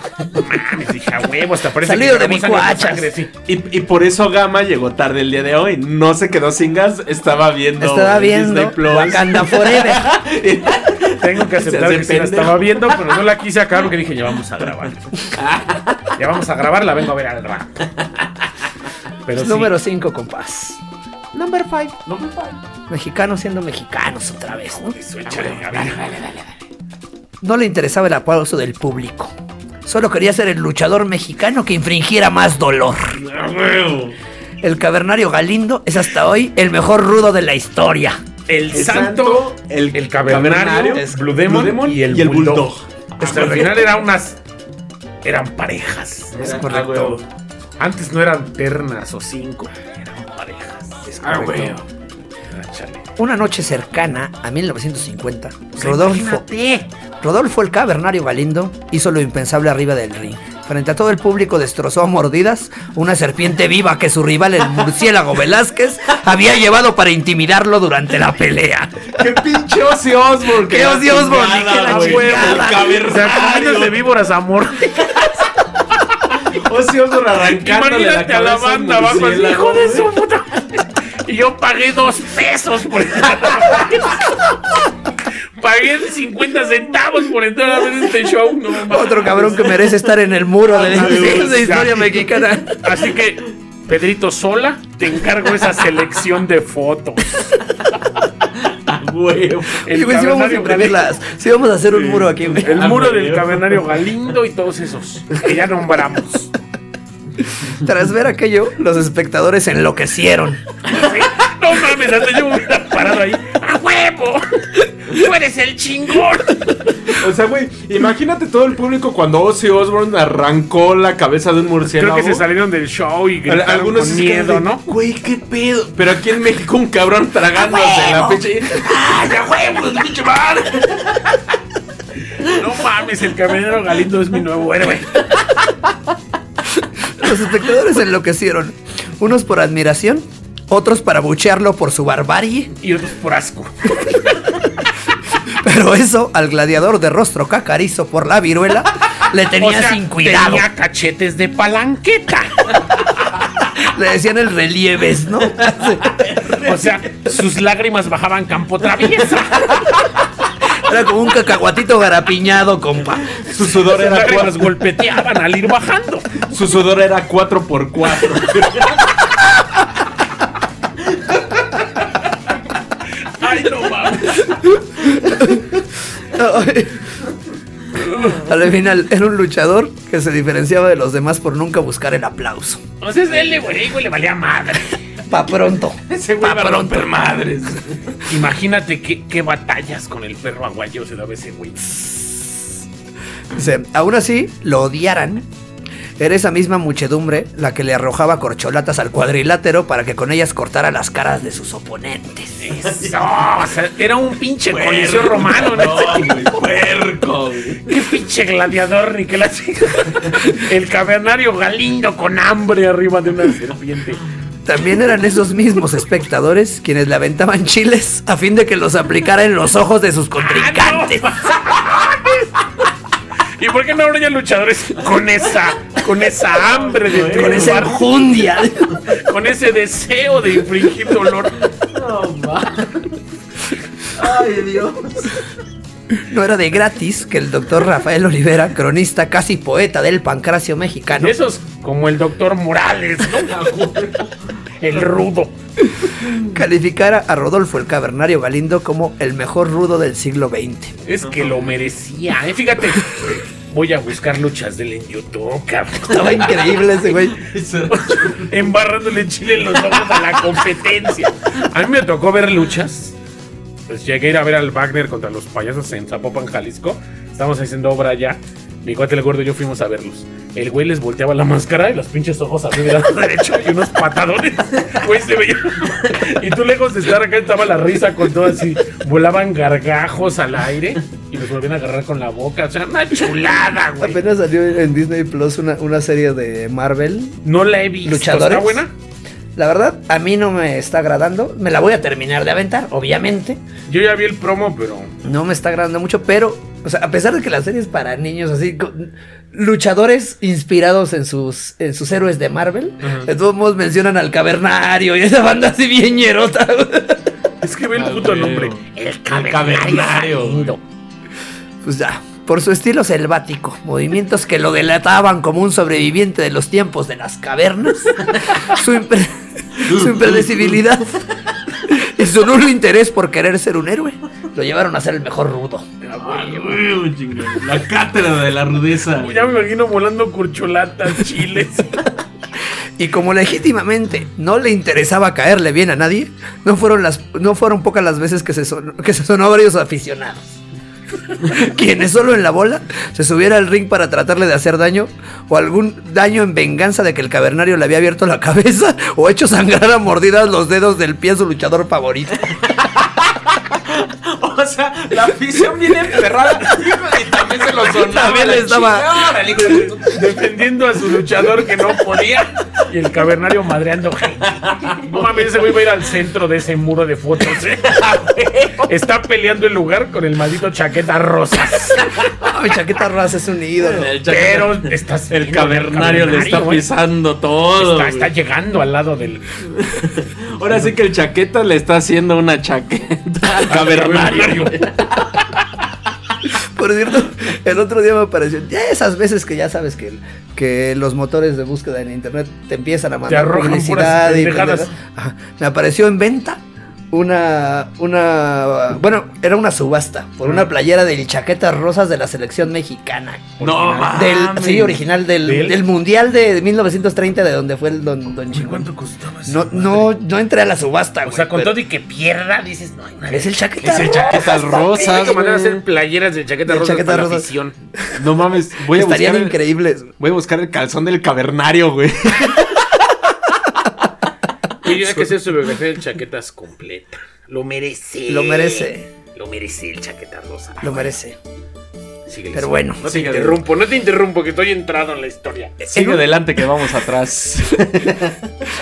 [SPEAKER 1] Mames, dije, a huevo, hasta parece
[SPEAKER 3] Salido de
[SPEAKER 1] llevamos
[SPEAKER 3] mi
[SPEAKER 1] años
[SPEAKER 3] cuachas.
[SPEAKER 1] sangre, sí.
[SPEAKER 2] Y, y por eso Gama llegó tarde el día de hoy. No se quedó sin gas. Estaba viendo.
[SPEAKER 3] Estaba viendo
[SPEAKER 2] Disney Plus.
[SPEAKER 3] Wakanda Forever.
[SPEAKER 1] Tengo que aceptar
[SPEAKER 2] hace
[SPEAKER 1] que sí la
[SPEAKER 2] pendejo.
[SPEAKER 1] estaba viendo, pero no la quise acabar porque dije, ya vamos a grabar. Ya vamos a grabar, la vengo a ver al rato. Pero sí.
[SPEAKER 3] Número 5, compás. Number 5. Mexicanos siendo mexicanos otra vez, ¿no?
[SPEAKER 1] Eso, échale, a ver.
[SPEAKER 3] No le interesaba el aplauso del público. Solo quería ser el luchador mexicano que infringiera más dolor. El cavernario Galindo es hasta hoy el mejor rudo de la historia.
[SPEAKER 1] El,
[SPEAKER 2] El
[SPEAKER 1] santo,
[SPEAKER 2] santo, el,
[SPEAKER 1] el cavernario,
[SPEAKER 2] es
[SPEAKER 1] Blue Demon y el Bulldog. Hasta al final eran unas. Eran parejas.
[SPEAKER 3] Es
[SPEAKER 2] Ah,
[SPEAKER 3] correcto.
[SPEAKER 2] huevo.
[SPEAKER 1] Antes no eran ternas o cinco. Eran parejas.
[SPEAKER 3] Es
[SPEAKER 2] Ah,
[SPEAKER 3] correcto.
[SPEAKER 2] güey.
[SPEAKER 1] Ah, chale. Pues
[SPEAKER 3] Una noche cercana a 1950, Rodolfo, Rodolfo el Cavernario Galindo hizo lo impensable arriba del ring. Frente a todo el público destrozó a mordidas una serpiente viva que su rival el murciélago Velázquez había llevado para intimidarlo durante la pelea.
[SPEAKER 2] ¡Qué pinche Ozzy Osbourne!
[SPEAKER 3] ¡Qué Ozzy Osbourne!
[SPEAKER 6] chingada,
[SPEAKER 3] ¡Qué la
[SPEAKER 6] güey!
[SPEAKER 3] chingada!
[SPEAKER 6] El caber-
[SPEAKER 1] Sacudidas de víboras, amor.
[SPEAKER 2] Ozzy Osbourne arrancándole la
[SPEAKER 1] Imagínate
[SPEAKER 2] cabeza
[SPEAKER 1] a la banda
[SPEAKER 2] al
[SPEAKER 1] abajo así,
[SPEAKER 2] murciélago,
[SPEAKER 1] hijo de
[SPEAKER 2] güey.
[SPEAKER 1] su puta. Y yo pagué dos pesos por entrar. pagué 50 centavos por entrar a ver este show. No, mames.
[SPEAKER 3] Otro cabrón que merece estar en el muro
[SPEAKER 1] Ah,
[SPEAKER 3] de,
[SPEAKER 1] Ándale,
[SPEAKER 3] de historia
[SPEAKER 1] exacto.
[SPEAKER 3] mexicana.
[SPEAKER 1] Así que, Pedrito Sola, te encargo esa selección de fotos.
[SPEAKER 2] Ah, güey.
[SPEAKER 1] El
[SPEAKER 3] Y, güey, sí vamos a
[SPEAKER 1] cavernario
[SPEAKER 3] imprimirlas. Sí vamos a hacer un muro aquí, güey.
[SPEAKER 1] El
[SPEAKER 2] Ah,
[SPEAKER 1] muro
[SPEAKER 2] güey.
[SPEAKER 1] del cavernario Galindo y todos esos que ya nombramos.
[SPEAKER 3] Tras ver aquello, los espectadores enloquecieron.
[SPEAKER 1] No mames, hasta yo me hubiera parado ahí. ¡A huevo! ¡Tú eres el chingón!
[SPEAKER 2] O sea, güey, imagínate todo el público cuando Ozzy Osbourne arrancó la cabeza de un
[SPEAKER 1] Creo
[SPEAKER 2] murciélago.
[SPEAKER 1] que se salieron del show y
[SPEAKER 2] Al-
[SPEAKER 1] gritaron
[SPEAKER 2] Algunos
[SPEAKER 1] con
[SPEAKER 2] sí se quedan
[SPEAKER 1] miedo,
[SPEAKER 2] de,
[SPEAKER 1] ¿no?
[SPEAKER 2] Güey, qué pedo. Pero aquí en México un cabrón tragándose la pinche. ¡Ay, a huevo, pinche madre!
[SPEAKER 1] No mames, el camionero Galindo es mi nuevo héroe.
[SPEAKER 3] Los espectadores enloquecieron. Unos por admiración, otros para buchearlo por su barbarie.
[SPEAKER 1] Y otros por asco.
[SPEAKER 3] Pero eso al gladiador de rostro cacarizo por la viruela le tenía
[SPEAKER 1] O sea,
[SPEAKER 3] sin cuidado.
[SPEAKER 1] Tenía cachetes de palanqueta.
[SPEAKER 3] Le decían el relieves, ¿no?
[SPEAKER 1] O sea, sus lágrimas bajaban campo traviesa.
[SPEAKER 3] Era como un cacahuatito garapiñado, compa.
[SPEAKER 2] Su sudor
[SPEAKER 1] Sus
[SPEAKER 2] era
[SPEAKER 1] lágrimas
[SPEAKER 2] cuatro.
[SPEAKER 1] golpeteaban al ir bajando.
[SPEAKER 2] Su sudor era 4x4.
[SPEAKER 1] Ay, no mames.
[SPEAKER 3] Al final era un luchador que se diferenciaba de los demás por nunca buscar el aplauso.
[SPEAKER 1] Entonces él le, güey, güey, le valía madre.
[SPEAKER 3] Pa' pronto.
[SPEAKER 2] Ese güey va a romper madres.
[SPEAKER 1] Imagínate qué, qué batallas con el perro aguayo se daba ese güey.
[SPEAKER 3] Dice, aún así, lo odiaran. Era esa misma muchedumbre la que le arrojaba corcholatas al cuadrilátero para que con ellas cortara las caras de sus oponentes.
[SPEAKER 1] Eso, o sea, era un pinche coliseo romano, ¿no?
[SPEAKER 2] güey, puerco, güey.
[SPEAKER 1] Qué pinche gladiador, ni que la chica. El cavernario galindo con hambre arriba de una serpiente.
[SPEAKER 3] También eran esos mismos espectadores quienes le aventaban chiles a fin de que los aplicara en los ojos de sus contrincantes.
[SPEAKER 1] ¿Y por qué Ah, no habría luchadores con esa, con esa hambre de
[SPEAKER 3] Con esa
[SPEAKER 1] triunfar,
[SPEAKER 3] enjundia.
[SPEAKER 1] con ese deseo de infringir dolor?
[SPEAKER 3] No era de gratis que el doctor Rafael Olivera, cronista casi poeta del pancracio mexicano,
[SPEAKER 1] Esos como el doctor Morales, ¿no? El rudo.
[SPEAKER 3] calificara a Rodolfo el Cavernario Galindo como el mejor rudo del siglo XX.
[SPEAKER 1] Es que lo merecía, ¿eh? Fíjate. Voy a buscar luchas del en YouTube, cabrón.
[SPEAKER 3] Estaba increíble ese güey.
[SPEAKER 1] Embarrándole chile en los ojos a la competencia. A mí me tocó ver luchas. Pues llegué a ir a ver al Wagner contra los payasos en Zapopan, Jalisco. Estábamos haciendo obra allá. Mi cuate el gordo y yo fuimos a verlos. El güey les volteaba la máscara y los pinches ojos así de lado derecho y unos patadones. Güey, se veía. Y tú lejos de estar acá estaba la risa con todo así. Volaban gargajos al aire y los volvían a agarrar con la boca. O sea, una chulada, güey.
[SPEAKER 3] Apenas salió en Disney Plus una, una serie de Marvel.
[SPEAKER 1] No la he visto.
[SPEAKER 3] ¿Luchadores?
[SPEAKER 1] ¿Está buena?
[SPEAKER 3] La verdad, a mí no me está agradando. Me la voy a terminar de aventar, obviamente.
[SPEAKER 1] Yo ya vi el promo, pero
[SPEAKER 3] No me está agradando mucho, pero, o sea, a pesar de que la serie es para niños, así, co- luchadores inspirados en sus, en sus héroes de Marvel, de todos modos mencionan al cavernario y esa banda así bien ñerota.
[SPEAKER 1] Es que ve el
[SPEAKER 2] Ah,
[SPEAKER 1] puto
[SPEAKER 2] güey.
[SPEAKER 1] nombre.
[SPEAKER 2] El cavernario. güey.
[SPEAKER 3] Pues ya, por su estilo selvático, movimientos que lo delataban como un sobreviviente de los tiempos de las cavernas, su, impre- su impredecibilidad y su nulo interés por querer ser un héroe, lo llevaron a ser el mejor rudo.
[SPEAKER 2] Ah, güey, chingón. La cátedra de la rudeza.
[SPEAKER 1] Ya me imagino volando corcholatas, chiles.
[SPEAKER 3] Y como legítimamente no le interesaba caerle bien a nadie, no fueron, las, no fueron pocas las veces que se, son- que se sonó a varios aficionados. Quienes solo en la bola se subiera al ring para tratarle de hacer daño o algún daño en venganza de que el cavernario le había abierto la cabeza o hecho sangrar a mordidas los dedos del pie a su luchador favorito.
[SPEAKER 2] O sea, la afición viene enterrada. Y también se lo sonaba.
[SPEAKER 3] También les daba-
[SPEAKER 2] la chingada, el hijo de puta.
[SPEAKER 1] Defendiendo a su luchador que no podía. Y el cavernario madreando gente. No mames, ese güey va a ir al centro de ese muro de fotos. ¿eh? Está peleando el lugar con el maldito chaqueta rosas.
[SPEAKER 3] Mi chaqueta raza es un ídolo.
[SPEAKER 7] El chaqueta-
[SPEAKER 1] Pero estás
[SPEAKER 7] el
[SPEAKER 1] viendo al
[SPEAKER 7] cavernario le está
[SPEAKER 1] güey.
[SPEAKER 7] pisando todo.
[SPEAKER 1] ¿eh? Está,
[SPEAKER 7] güey.
[SPEAKER 1] está llegando al lado del.
[SPEAKER 7] Ahora sí que el chaqueta le está haciendo una chaqueta al cavernario. güey.
[SPEAKER 3] Por cierto, el otro día me apareció. Ya esas veces que ya sabes que, que los motores de búsqueda en internet te empiezan a mandar
[SPEAKER 1] arrojan puras
[SPEAKER 3] publicidad y
[SPEAKER 1] pendejadas.
[SPEAKER 3] pendejadas. Ajá. Me apareció en venta una. una Bueno, era una subasta por una playera del Chaquetas Rosas de la selección mexicana.
[SPEAKER 7] No
[SPEAKER 2] Ah,
[SPEAKER 3] Del,
[SPEAKER 7] mames.
[SPEAKER 3] sí, original del,
[SPEAKER 1] ¿Del?
[SPEAKER 3] del Mundial de 1930, de donde fue el Don, don Chingón.
[SPEAKER 6] ¿Cuánto costaba eso?
[SPEAKER 3] No, no, no entré a la subasta,
[SPEAKER 1] O sea, con
[SPEAKER 3] pero-
[SPEAKER 1] todo y que pierda, dices, no, hay una
[SPEAKER 3] Es el chaqueta.
[SPEAKER 7] Es el chaquetas
[SPEAKER 3] Rosas,
[SPEAKER 7] rosas,
[SPEAKER 3] papi.
[SPEAKER 1] Hay que mandar a
[SPEAKER 7] güey.
[SPEAKER 1] hacer playeras del chaqueta
[SPEAKER 3] Del
[SPEAKER 1] rosas
[SPEAKER 3] Chaqueta
[SPEAKER 1] para la
[SPEAKER 3] Rosas.
[SPEAKER 1] afición.
[SPEAKER 7] No mames, voy a buscar.
[SPEAKER 3] Estarían
[SPEAKER 7] el-
[SPEAKER 3] increíbles.
[SPEAKER 7] Voy a buscar el calzón del cavernario, güey.
[SPEAKER 1] Y tiene que hacer su biografía del chaquetas completa. Lo merece.
[SPEAKER 3] Lo merece,
[SPEAKER 1] Lo merece el chaqueta rosa.
[SPEAKER 3] lo merece.
[SPEAKER 1] Ah, Síguele, síguele.
[SPEAKER 3] Pero bueno.
[SPEAKER 1] No te
[SPEAKER 7] Síguele.
[SPEAKER 1] interrumpo, no te interrumpo, que estoy entrado en la historia.
[SPEAKER 7] Sigue adelante que vamos atrás.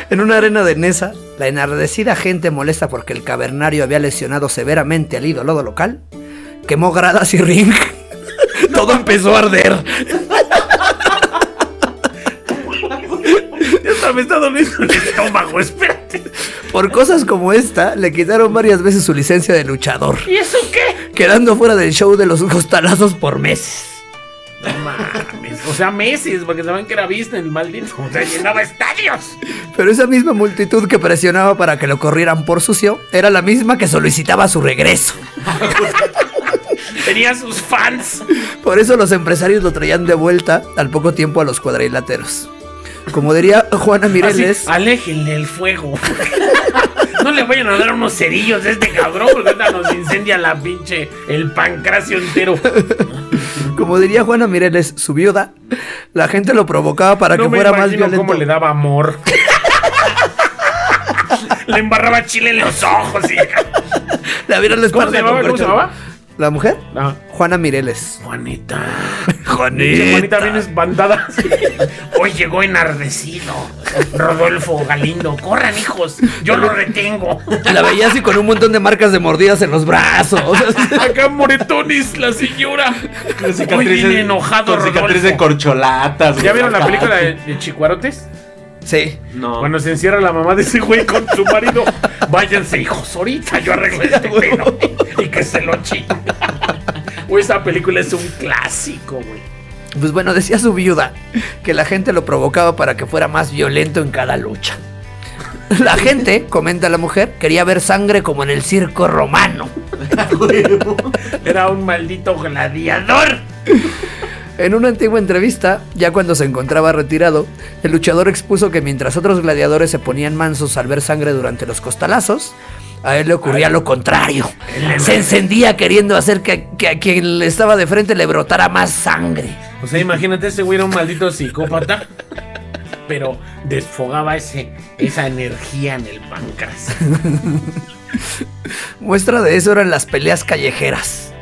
[SPEAKER 3] En una arena de Nesa, la enardecida gente molesta porque el cavernario había lesionado severamente al ídolo local, quemó gradas y ring. Todo empezó a arder.
[SPEAKER 1] Ya está, me está doliendo el estómago, espérate.
[SPEAKER 3] Por cosas como esta, le quitaron varias veces su licencia de luchador,
[SPEAKER 1] ¿Y eso qué?
[SPEAKER 3] quedando fuera del show de los costalazos por meses.
[SPEAKER 1] No mames. O sea, meses, porque saben que era vista el maldito. O sea, llenaba estadios.
[SPEAKER 3] Pero esa misma multitud que presionaba para que lo corrieran por sucio era la misma que solicitaba su regreso.
[SPEAKER 1] Tenía sus fans.
[SPEAKER 3] Por eso los empresarios lo traían de vuelta al poco tiempo a los cuadriláteros. Como diría Juana Mireles,
[SPEAKER 1] Así, aléjenle el fuego. No le vayan a dar unos cerillos a este cabrón, porque ahorita nos incendia la pinche, el pancracio entero.
[SPEAKER 3] como diría Juana Mireles, su viuda, la gente lo provocaba para
[SPEAKER 1] no
[SPEAKER 3] que
[SPEAKER 1] me
[SPEAKER 3] fuera más
[SPEAKER 1] imagino
[SPEAKER 3] violento.
[SPEAKER 1] cómo le daba amor. le embarraba chile en los ojos. Y...
[SPEAKER 3] Le abrieron la
[SPEAKER 1] ¿Cómo
[SPEAKER 3] espalda
[SPEAKER 1] se llamaba?
[SPEAKER 3] con
[SPEAKER 1] ¿Cómo se
[SPEAKER 3] colchón.
[SPEAKER 1] llamaba?
[SPEAKER 3] ¿La mujer?
[SPEAKER 1] Ah,
[SPEAKER 3] Juana Mireles.
[SPEAKER 1] Juanita. Pinche
[SPEAKER 3] Juanita.
[SPEAKER 1] Juanita bien espantada. Hoy llegó enardecido. Rodolfo Galindo. Corran, hijos. Yo lo retengo.
[SPEAKER 3] La veía así con un montón de marcas de mordidas en los brazos.
[SPEAKER 1] Acá moretones, la señora.
[SPEAKER 7] Con
[SPEAKER 1] Hoy viene enojado
[SPEAKER 7] con cicatriz de
[SPEAKER 1] Rodolfo.
[SPEAKER 7] corcholatas, güey.
[SPEAKER 1] ¿Ya vieron la
[SPEAKER 3] Ah,
[SPEAKER 7] Acá.
[SPEAKER 1] película de, de Chicuarotes?
[SPEAKER 3] sí.
[SPEAKER 7] No.
[SPEAKER 1] Cuando se encierra la mamá de ese güey con su marido. Váyanse, hijos, ahorita yo arreglo este pedo. Y que se lo chico. Güey, esa película es un clásico, güey.
[SPEAKER 3] Pues bueno, decía su viuda que la gente lo provocaba para que fuera más violento en cada lucha. La gente, comenta la mujer, quería ver sangre como en el circo romano.
[SPEAKER 1] Era un maldito gladiador.
[SPEAKER 3] En una antigua entrevista, ya cuando se encontraba retirado, el luchador expuso que mientras otros gladiadores se ponían mansos al ver sangre durante los costalazos, a él le ocurría lo contrario. Se encendía queriendo hacer que, que a quien le estaba de frente le brotara más sangre.
[SPEAKER 1] O sea, imagínate, ese güey era un maldito psicópata. Pero desfogaba ese, esa energía en el páncreas.
[SPEAKER 3] Muestra de eso eran las peleas callejeras.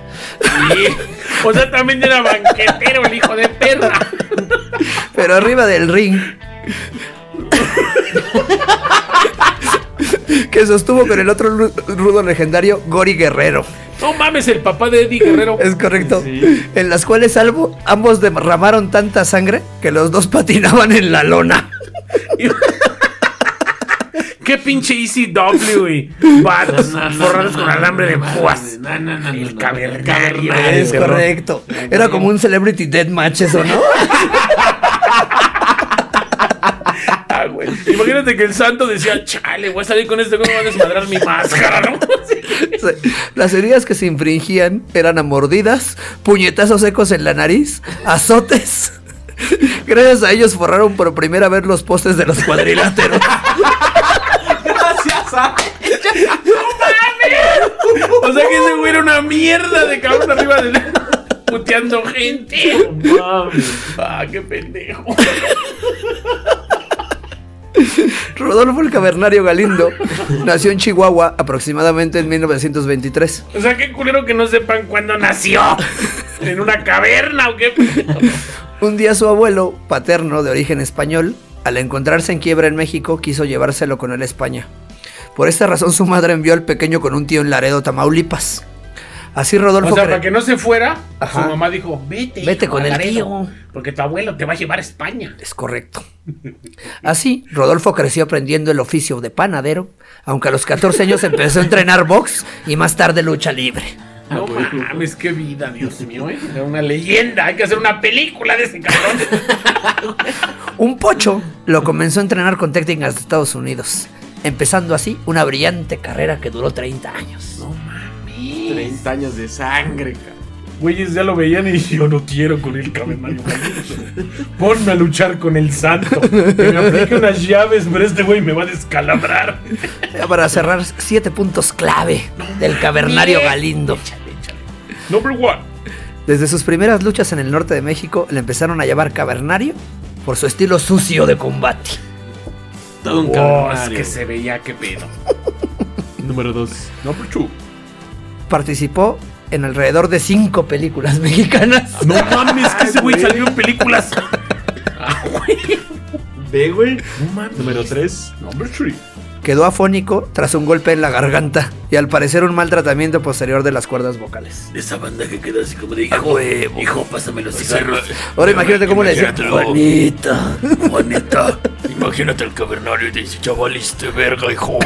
[SPEAKER 1] O sea, también era banquetero el hijo de perra.
[SPEAKER 3] Pero arriba del ring. que sostuvo con el otro lu- rudo legendario, Gori Guerrero.
[SPEAKER 1] No mames, el papá de Eddie Guerrero.
[SPEAKER 3] Es correcto. En las cuales salvo, ambos derramaron tanta sangre que los dos patinaban en la lona.
[SPEAKER 1] Qué pinche ECW y vatos forrados con alambre de púas. El cavernario.
[SPEAKER 3] Es
[SPEAKER 1] Terror.
[SPEAKER 3] correcto. Era como un celebrity death match eso, ¿no?
[SPEAKER 1] Ah, güey. Imagínate que el santo decía, chale, voy a salir con este güey, me va a desmadrar mi máscara, ¿no? Sí.
[SPEAKER 3] Las heridas que se infringían eran a mordidas, puñetazos secos en la nariz, azotes. Gracias a ellos forraron por primera vez los postes de los cuadriláteros.
[SPEAKER 7] Gracias a-
[SPEAKER 1] O sea que ese güey era una mierda de cabrón arriba del... Puteando gente. Ah, qué pendejo.
[SPEAKER 3] Rodolfo el Cavernario Galindo nació en Chihuahua aproximadamente en 1923.
[SPEAKER 1] O sea, qué culero que no sepan cuándo nació. ¿En una caverna o qué?
[SPEAKER 3] Un día su abuelo paterno de origen español al encontrarse en quiebra en México, quiso llevárselo con él a España. Por esta razón, su madre envió al pequeño con un tío en Laredo, Tamaulipas. Así Rodolfo.
[SPEAKER 1] O sea,
[SPEAKER 3] cre-
[SPEAKER 1] para que no se fuera,
[SPEAKER 3] Ajá.
[SPEAKER 1] su mamá dijo, vete.
[SPEAKER 3] Vete
[SPEAKER 1] hijo,
[SPEAKER 3] con
[SPEAKER 1] a
[SPEAKER 3] el
[SPEAKER 1] Laredo,
[SPEAKER 3] tío.
[SPEAKER 1] Porque tu abuelo te va a llevar a España.
[SPEAKER 3] Es correcto. Así, Rodolfo creció aprendiendo el oficio de panadero, aunque a los 14 años empezó a entrenar box y más tarde lucha libre.
[SPEAKER 1] No mames, qué vida, Dios mío, ¿eh? Era una leyenda. Hay que hacer una película de ese cabrón.
[SPEAKER 3] Un pocho lo comenzó a entrenar con técnicas de Estados Unidos, empezando así una brillante carrera que duró 30 años.
[SPEAKER 2] 30 años de sangre, cabrón.
[SPEAKER 1] Güeyes ya lo veían y yo no quiero con el cavernario. Ponme a luchar con el santo. Que me aplique unas llaves, pero este güey me va a descalabrar.
[SPEAKER 3] Para cerrar, siete puntos clave del cavernario Galindo.
[SPEAKER 1] Number one.
[SPEAKER 3] Desde sus primeras luchas en el norte de México le empezaron a llamar cavernario por su estilo sucio de combate.
[SPEAKER 7] Todo un
[SPEAKER 1] Oh, es que
[SPEAKER 7] cavernario.
[SPEAKER 1] se veía qué pedo.
[SPEAKER 2] Número 2.
[SPEAKER 1] Number two.
[SPEAKER 3] Participó en alrededor de cinco películas mexicanas.
[SPEAKER 1] No mames, que ese güey salió en películas.
[SPEAKER 2] B, güey.
[SPEAKER 1] No mames.
[SPEAKER 2] Número 3.
[SPEAKER 1] Number three.
[SPEAKER 3] Quedó afónico tras un golpe en la garganta y al parecer un maltratamiento posterior de las cuerdas vocales.
[SPEAKER 6] Esa banda que quedó así como de hijo, hijo, pásame los cigarros.
[SPEAKER 3] Ahora imagínate cómo le decía.
[SPEAKER 6] Imagínatelo.
[SPEAKER 3] Juanita, Juanita.
[SPEAKER 6] Imagínate el cavernario y te dice, chavales, te este verga, hijo.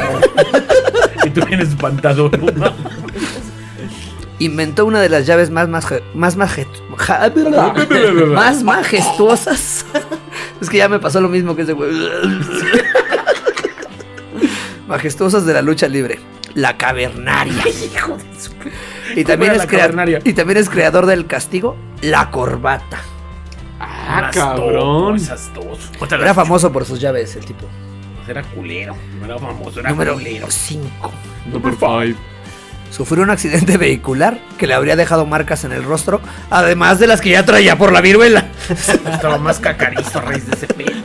[SPEAKER 1] Y tú vienes espantado. No mames.
[SPEAKER 3] Inventó una de las llaves más, maje- más, maje- ja- más majestuosas. Es que ya me pasó lo mismo que ese güey. Majestuosas de la lucha libre. La cavernaria. Y también,
[SPEAKER 1] era
[SPEAKER 3] es
[SPEAKER 1] la
[SPEAKER 3] crea-
[SPEAKER 1] cavernaria?
[SPEAKER 3] y también es creador del castigo, la corbata.
[SPEAKER 2] Ah, cabrón.
[SPEAKER 1] Esas dos. Otra
[SPEAKER 3] Era famoso por sus llaves, el tipo.
[SPEAKER 1] Era culero. No era famoso, era
[SPEAKER 3] Número
[SPEAKER 1] culero.
[SPEAKER 3] 5.
[SPEAKER 2] Número 5.
[SPEAKER 3] Sufrió un accidente vehicular que le habría dejado marcas en el rostro, además de las que ya traía por la viruela.
[SPEAKER 1] Estaba más cacarizo a raíz de ese pedo.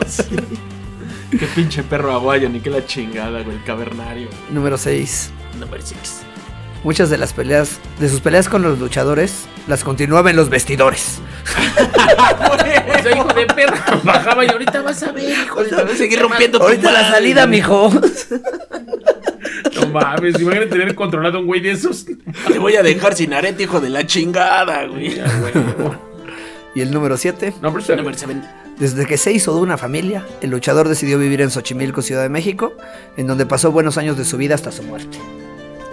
[SPEAKER 2] Qué pinche perro aguayo, ni qué la chingada, güey. El cavernario.
[SPEAKER 3] Número 6.
[SPEAKER 2] Número 6.
[SPEAKER 3] Muchas de las peleas, de sus peleas con los luchadores, las continuaba en los vestidores.
[SPEAKER 1] Soy hijo de perra. Bajaba y ahorita vas a ver, hijo de
[SPEAKER 3] seguir rompiendo Ahorita la salida, mijo.
[SPEAKER 1] No mames, imagínate tener controlado a un güey de esos.
[SPEAKER 7] Te voy a dejar sin arete, hijo de la chingada, güey.
[SPEAKER 3] Y el número 7.
[SPEAKER 1] Number seven.
[SPEAKER 7] Número 7.
[SPEAKER 3] Desde que se hizo de una familia, el luchador decidió vivir en Xochimilco, Ciudad de México, en donde pasó buenos años de su vida hasta su muerte.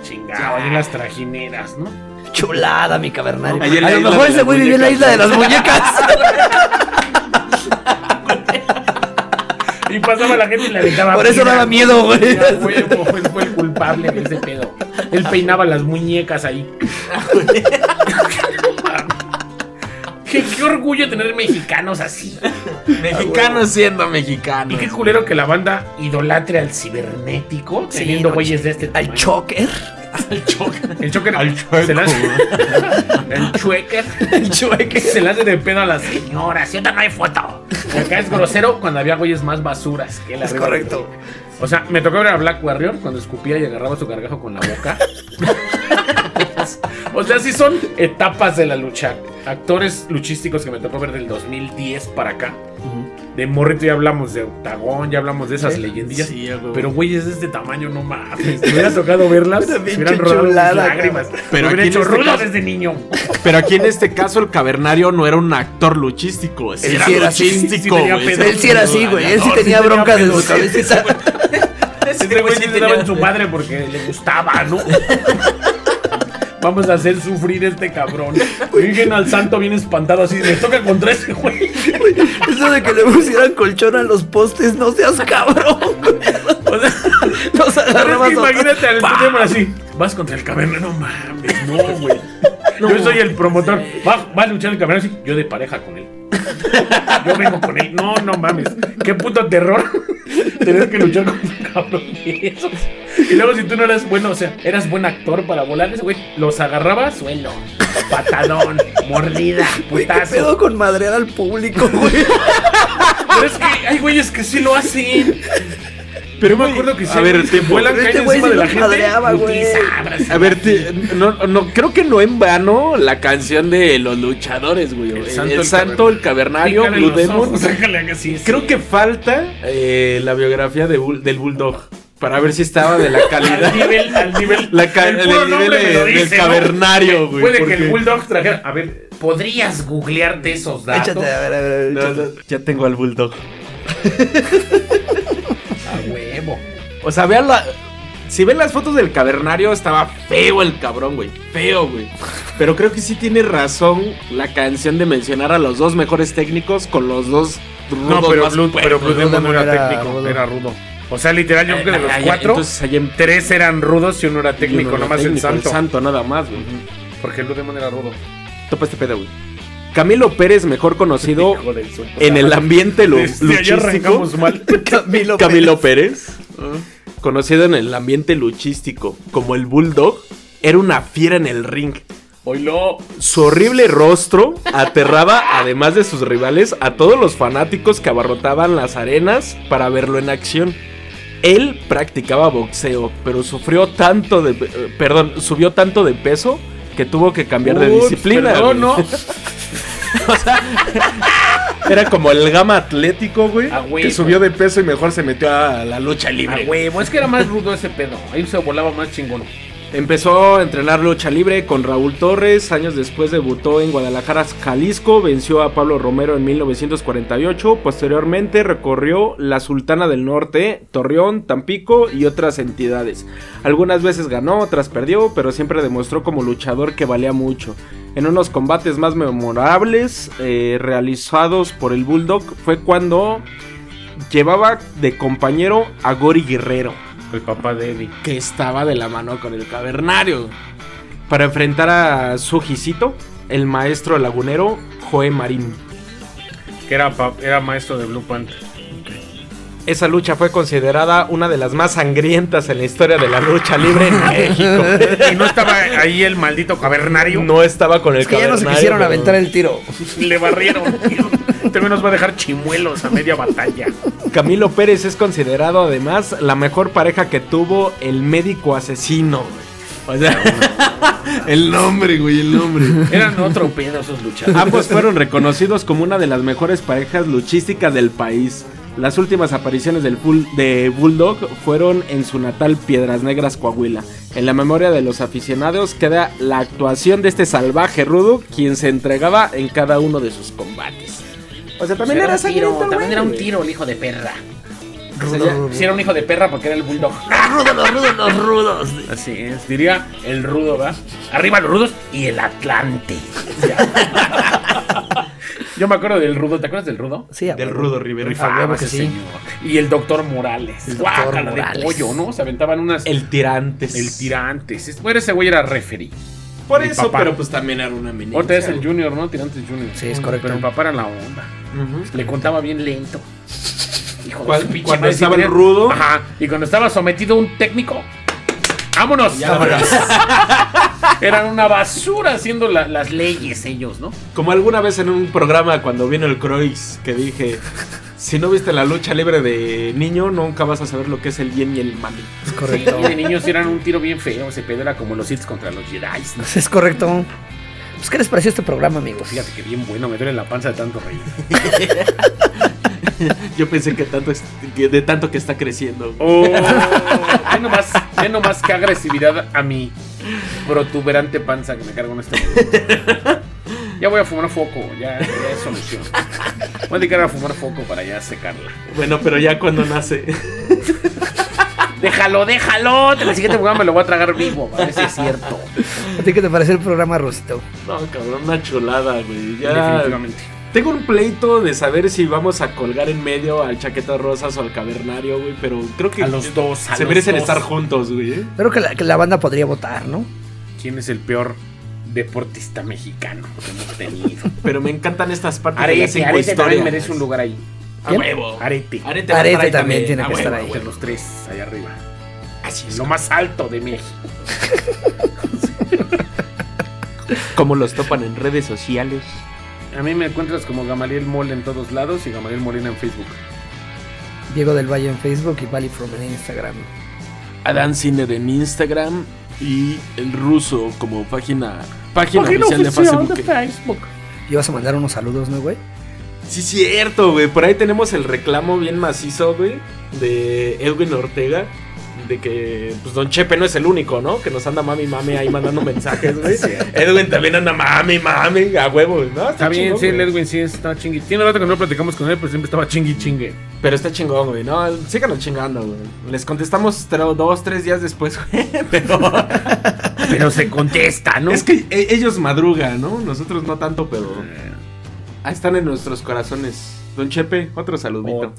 [SPEAKER 1] Chingado, ahí en las trajineras, ¿no?
[SPEAKER 3] Chulada, mi cavernario.
[SPEAKER 7] Ahí en la
[SPEAKER 3] A lo
[SPEAKER 7] isla
[SPEAKER 3] mejor
[SPEAKER 7] de
[SPEAKER 3] ese
[SPEAKER 7] las
[SPEAKER 3] güey vivió en la isla de las muñecas.
[SPEAKER 1] Y pasaba la gente y le aventaba.
[SPEAKER 3] Por eso
[SPEAKER 1] piedras.
[SPEAKER 3] daba miedo, güey.
[SPEAKER 1] Ya, huevo, fue, fue el culpable de ese pedo. Él peinaba las muñecas ahí. qué, qué orgullo tener mexicanos así.
[SPEAKER 7] Mexicano siendo mexicano.
[SPEAKER 1] Y qué culero que la banda idolatre al cibernético,
[SPEAKER 3] Sí,
[SPEAKER 1] teniendo
[SPEAKER 3] no,
[SPEAKER 1] güeyes de este
[SPEAKER 3] Al
[SPEAKER 1] tamaño.
[SPEAKER 3] choker.
[SPEAKER 1] El choker.
[SPEAKER 2] Al chueco,
[SPEAKER 1] se le hace- el chueker. El chueker. Se le hace de pedo a la señora. Si ahorita no hay foto. Y Acá es grosero cuando había güeyes más basuras que la
[SPEAKER 3] Es
[SPEAKER 1] regla.
[SPEAKER 3] correcto.
[SPEAKER 1] O sea, me tocó ver a Black Warrior cuando escupía y agarraba su gargajo con la boca. o sea, sí son etapas de la lucha. Actores luchísticos que me tocó ver del 2010 para acá. De morrito ya hablamos de Octagón, ya hablamos de esas leyendillas.
[SPEAKER 2] Sí, a huevo.
[SPEAKER 1] Pero güeyes de este tamaño, no mames. Me hubiera tocado verlas. Me
[SPEAKER 3] pinche
[SPEAKER 1] hubieran rodado mis
[SPEAKER 3] chulada,
[SPEAKER 1] lágrimas.
[SPEAKER 2] Pero
[SPEAKER 1] Pero hubiera
[SPEAKER 2] aquí en
[SPEAKER 1] hecho
[SPEAKER 2] este
[SPEAKER 1] rudo
[SPEAKER 2] caso-
[SPEAKER 1] desde niño.
[SPEAKER 2] Pero aquí en este caso el cavernario no era un actor luchístico, ese
[SPEAKER 3] Él
[SPEAKER 2] era
[SPEAKER 3] sí era así,
[SPEAKER 1] sí, sí
[SPEAKER 2] luchístico,
[SPEAKER 1] tenía
[SPEAKER 2] güey.
[SPEAKER 1] pedo.
[SPEAKER 3] Él sí era así, güey. Él sí tenía broncas de su cabecita.
[SPEAKER 1] Este güey sí le daba en su madre porque le gustaba, ¿no? Vamos a hacer sufrir a este cabrón. Virgen al santo bien espantado así. Le toca contra ese güey.
[SPEAKER 3] Eso de que le pusieran colchón a los postes, no seas cabrón.
[SPEAKER 1] O sea,
[SPEAKER 3] Los agarrabas a-
[SPEAKER 1] imagínate al tema así. Vas contra el cabrón. No mames, no, güey. yo soy el promotor. Va, va a luchar el cabrón así. Yo de pareja con él. Yo vengo con él. No, no mames. Qué puto terror tener que luchar con un cabrón de esos. Y luego si tú no eras bueno, o sea, eras buen actor para volar, ese güey los agarraba suelo, patadón, mordida,
[SPEAKER 3] Güey, ¿Qué pedo
[SPEAKER 1] putazo.
[SPEAKER 3] con madrear al público, güey?
[SPEAKER 1] Pero es que hay güeyes que sí lo hacen. Pero me acuerdo que sí.
[SPEAKER 2] a ver, tiempo.
[SPEAKER 1] Vuelan,
[SPEAKER 3] Pero
[SPEAKER 1] caen
[SPEAKER 3] este güey
[SPEAKER 1] encima
[SPEAKER 3] sí
[SPEAKER 1] de la
[SPEAKER 3] los
[SPEAKER 1] gente.
[SPEAKER 3] madreaba, güey.
[SPEAKER 2] A ver, te- no, no, creo que no en vano la canción de los luchadores, güey. El,
[SPEAKER 1] Santo,
[SPEAKER 2] Santo,
[SPEAKER 1] el
[SPEAKER 2] el, Cavernario,
[SPEAKER 1] Pícale
[SPEAKER 2] Blue
[SPEAKER 1] los
[SPEAKER 2] Demon.
[SPEAKER 1] ojos, déjale acá, sí, sí.
[SPEAKER 2] Creo que falta eh, la biografía de Bull- del Bulldog para ver si estaba de la calidad.
[SPEAKER 1] Al nivel, al nivel.
[SPEAKER 2] La ca-
[SPEAKER 1] el
[SPEAKER 2] el
[SPEAKER 1] puro
[SPEAKER 2] nivel
[SPEAKER 1] nombre me
[SPEAKER 2] de-
[SPEAKER 1] lo
[SPEAKER 2] del
[SPEAKER 1] dice, ¿no?
[SPEAKER 2] cavernario, güey,
[SPEAKER 1] Puede que
[SPEAKER 2] porque-
[SPEAKER 1] el Bulldog trajera. A ver, ¿podrías googlearte esos datos?
[SPEAKER 3] Échate, a ver, a ver, a ver,
[SPEAKER 2] No,
[SPEAKER 3] échate.
[SPEAKER 2] no, ya tengo al Bulldog.
[SPEAKER 1] A huevo.
[SPEAKER 2] O sea, vean la. Si ven las fotos del cavernario, estaba feo el cabrón, güey. Feo, güey. Pero creo que sí tiene razón la canción de mencionar a los dos mejores técnicos con los dos
[SPEAKER 1] No,
[SPEAKER 2] rudos
[SPEAKER 1] pero
[SPEAKER 2] más
[SPEAKER 1] Blue, pero Blue Demon no era,
[SPEAKER 3] era
[SPEAKER 1] técnico,
[SPEAKER 3] rudo.
[SPEAKER 1] era rudo. O sea, literal, yo creo que de los
[SPEAKER 2] Ah, ya,
[SPEAKER 1] cuatro,
[SPEAKER 2] Entonces allá en
[SPEAKER 1] tres eran rudos y uno era técnico,
[SPEAKER 2] no, no,
[SPEAKER 1] nomás
[SPEAKER 2] técnico,
[SPEAKER 1] el santo.
[SPEAKER 2] nada más, güey.
[SPEAKER 1] Porque Blue Demon era rudo.
[SPEAKER 2] Topa este pedo, güey. Camilo Pérez, mejor conocido en el ambiente lu-
[SPEAKER 1] Desde allá
[SPEAKER 2] luchístico.
[SPEAKER 1] Este, arrancamos mal.
[SPEAKER 3] Camilo,
[SPEAKER 2] Camilo Pérez, conocido en el ambiente luchístico como el Bulldog, era una fiera en el ring.
[SPEAKER 1] Oilo.
[SPEAKER 2] Su horrible rostro aterraba, además de sus rivales, a todos los fanáticos que abarrotaban las arenas para verlo en acción. Él practicaba boxeo, pero sufrió tanto de... eh, Perdón, subió tanto de peso que tuvo que cambiar de
[SPEAKER 1] Ups,
[SPEAKER 2] disciplina.
[SPEAKER 1] perdón,
[SPEAKER 2] güey. O sea, era como el gama atlético, Ah, güey, Ah,
[SPEAKER 1] A huevo.
[SPEAKER 2] que subió de peso y mejor se metió a la lucha
[SPEAKER 1] A
[SPEAKER 2] libre.
[SPEAKER 1] huevo, es que era más rudo ese pedo. Ahí se volaba más chingón.
[SPEAKER 2] Empezó a entrenar lucha libre con Raúl Torres, años después debutó en Guadalajara, Jalisco, venció a Pablo Romero en 1948, posteriormente recorrió la Sultana del Norte, Torreón, Tampico y otras entidades. Algunas veces ganó, otras perdió, pero siempre demostró como luchador que valía mucho. En unos combates más memorables eh, realizados por el Bulldog fue cuando llevaba de compañero a Gori Guerrero
[SPEAKER 1] El papá de Eddie.
[SPEAKER 2] que estaba de la mano con el cavernario. Para enfrentar a Sujicito, el maestro lagunero Joe Marín.
[SPEAKER 1] Que era, pa- era maestro de Blue Panther.
[SPEAKER 2] Esa lucha fue considerada una de las más sangrientas en la historia de la lucha libre en México.
[SPEAKER 1] Y no estaba ahí el maldito cavernario.
[SPEAKER 2] No estaba con el
[SPEAKER 3] Es que ya no se
[SPEAKER 2] Cavernario,
[SPEAKER 3] quisieron
[SPEAKER 2] pero-
[SPEAKER 3] aventar el tiro.
[SPEAKER 1] Le barrieron. tío. También nos va a dejar chimuelos a media batalla.
[SPEAKER 2] Camilo Pérez es considerado además la mejor pareja que tuvo el médico asesino. güey. O sea,
[SPEAKER 8] El nombre, güey, el nombre.
[SPEAKER 1] Eran otro pedo esos luchadores.
[SPEAKER 2] Ambos fueron reconocidos como una de las mejores parejas luchísticas del país. Las últimas apariciones del Bull- de Bulldog fueron en su natal Piedras Negras, Coahuila. En la memoria de los aficionados queda la actuación de este salvaje rudo, quien se entregaba en cada uno de sus combates. O sea, también era sangriento, güey.
[SPEAKER 9] También era un tiro el hijo de perra.
[SPEAKER 2] O sea, ya-
[SPEAKER 9] Sí, era un hijo de perra porque era el bulldog.
[SPEAKER 2] Ah,
[SPEAKER 1] Así es, diría el rudo, ¿verdad?
[SPEAKER 9] Arriba los rudos y el Atlante.
[SPEAKER 1] Yo me acuerdo del rudo, ¿te acuerdas del rudo?
[SPEAKER 3] Sí, a
[SPEAKER 2] Del
[SPEAKER 3] huevo.
[SPEAKER 2] rudo Rivera.
[SPEAKER 3] A huevo
[SPEAKER 1] Ah,
[SPEAKER 3] que
[SPEAKER 1] ese
[SPEAKER 3] sí.
[SPEAKER 1] señor. Y el doctor Morales.
[SPEAKER 3] El
[SPEAKER 1] Guácala
[SPEAKER 3] doctor
[SPEAKER 1] de
[SPEAKER 3] Morales.
[SPEAKER 1] pollo, ¿no? Se aventaban unas. El,
[SPEAKER 2] El tirantes.
[SPEAKER 1] tirantes. Es- Bueno, ese güey era referee.
[SPEAKER 2] Por
[SPEAKER 1] el
[SPEAKER 2] eso,
[SPEAKER 1] papá.
[SPEAKER 2] pero pues también era una menina.
[SPEAKER 1] Ahorita es el Junior, ¿no? Tirantes Junior.
[SPEAKER 3] Sí, es correcto.
[SPEAKER 1] Pero el papá era la onda.
[SPEAKER 9] Le contaba bien lento. Hijo de
[SPEAKER 2] Cual-
[SPEAKER 9] su pinche
[SPEAKER 2] cuando
[SPEAKER 9] madre,
[SPEAKER 2] estaba
[SPEAKER 9] sí
[SPEAKER 2] el
[SPEAKER 9] tenía-
[SPEAKER 2] rudo.
[SPEAKER 1] Ajá. Y cuando estaba sometido a un técnico. ¡Vámonos! Eran una basura haciendo la- las leyes ellos, ¿no?
[SPEAKER 2] Como alguna vez en un programa cuando vino el Croix que dije, si no viste la lucha libre de niño, nunca vas a saber lo que es el bien y el mal.
[SPEAKER 3] Es correcto.
[SPEAKER 1] Y de niños sí eran un tiro bien feo. Ese pedo era como los hits contra los Jedi. ¿no?
[SPEAKER 3] Es correcto. Pues, ¿qué les pareció este programa, amigos?
[SPEAKER 1] Fíjate que bien bueno, me duele la panza de tanto reír.
[SPEAKER 2] Yo pensé que tanto es- que de tanto que está creciendo.
[SPEAKER 1] Oh, ve nomás, ve nomás qué agresividad a mi protuberante panza que me cargo en este momento. Ya voy a fumar foco, ya, ya es solución. Voy a dedicar a fumar foco para ya secarla.
[SPEAKER 2] Bueno, pero ya cuando nace.
[SPEAKER 1] Déjalo, déjalo. En el siguiente programa me lo voy a tragar vivo, a ver si es cierto.
[SPEAKER 3] ¿A ti qué te pareció el programa, Rosito?
[SPEAKER 2] No, cabrón, una chulada, güey. Ya.
[SPEAKER 1] Definitivamente.
[SPEAKER 2] Tengo un pleito de saber si vamos a colgar en medio al Chaqueta Rosas o al Cavernario, güey, pero creo que
[SPEAKER 1] A los dos, a
[SPEAKER 2] se
[SPEAKER 1] los
[SPEAKER 2] merecen
[SPEAKER 1] dos.
[SPEAKER 2] estar juntos, güey. ¿eh?
[SPEAKER 3] Creo que la, que la banda podría votar, ¿no?
[SPEAKER 1] ¿Quién es el peor deportista mexicano que hemos tenido?
[SPEAKER 2] Pero me encantan estas partes de las
[SPEAKER 1] Arete,
[SPEAKER 2] cinco
[SPEAKER 1] Arete también
[SPEAKER 2] historias.
[SPEAKER 1] merece un lugar ahí.
[SPEAKER 2] A
[SPEAKER 3] ¿Quién?
[SPEAKER 2] huevo.
[SPEAKER 1] Arete.
[SPEAKER 2] Arete,
[SPEAKER 3] Arete
[SPEAKER 2] va a estar ahí
[SPEAKER 3] también tiene que
[SPEAKER 2] A
[SPEAKER 3] estar
[SPEAKER 2] huevo,
[SPEAKER 3] ahí.
[SPEAKER 2] a
[SPEAKER 1] Entre
[SPEAKER 2] huevo.
[SPEAKER 1] los tres, allá arriba.
[SPEAKER 2] Así es.
[SPEAKER 1] Lo más alto de México.
[SPEAKER 2] Como los topan en redes sociales.
[SPEAKER 1] A mí me encuentras como Gamaliel Mole en todos lados y Gamaliel Molina en Facebook.
[SPEAKER 3] Diego del Valle en Facebook y Valley From en Instagram.
[SPEAKER 2] Adán Ciner en Instagram y el ruso como página página
[SPEAKER 10] Página
[SPEAKER 2] oficial,
[SPEAKER 10] oficial
[SPEAKER 2] de
[SPEAKER 10] de
[SPEAKER 2] Facebook.
[SPEAKER 10] Facebook.
[SPEAKER 3] Y vas a mandar unos saludos, ¿no, güey?
[SPEAKER 2] Sí, cierto, güey. Por ahí tenemos el reclamo bien macizo, güey, de Edwin Ortega. De que, pues, Don Chepe no es el único, ¿no? Que nos anda mami, mami ahí mandando mensajes, güey. Edwin también anda mami, mami, a huevo, ¿no? Está,
[SPEAKER 1] Está bien,
[SPEAKER 2] chingón,
[SPEAKER 1] sí, el
[SPEAKER 2] güey.
[SPEAKER 1] Edwin sí estaba chingui. Tiene rato que no platicamos con él, pero siempre estaba chingui chingue.
[SPEAKER 2] Pero está chingón, güey. No, síganos chingando, güey. Les contestamos pero dos, tres días después, güey. Pero
[SPEAKER 1] Pero se contesta, ¿no?
[SPEAKER 2] es que e- ellos madrugan, ¿no? Nosotros no tanto, pero
[SPEAKER 1] Eh,
[SPEAKER 2] ahí están en nuestros corazones. Don Chepe, otro saludito.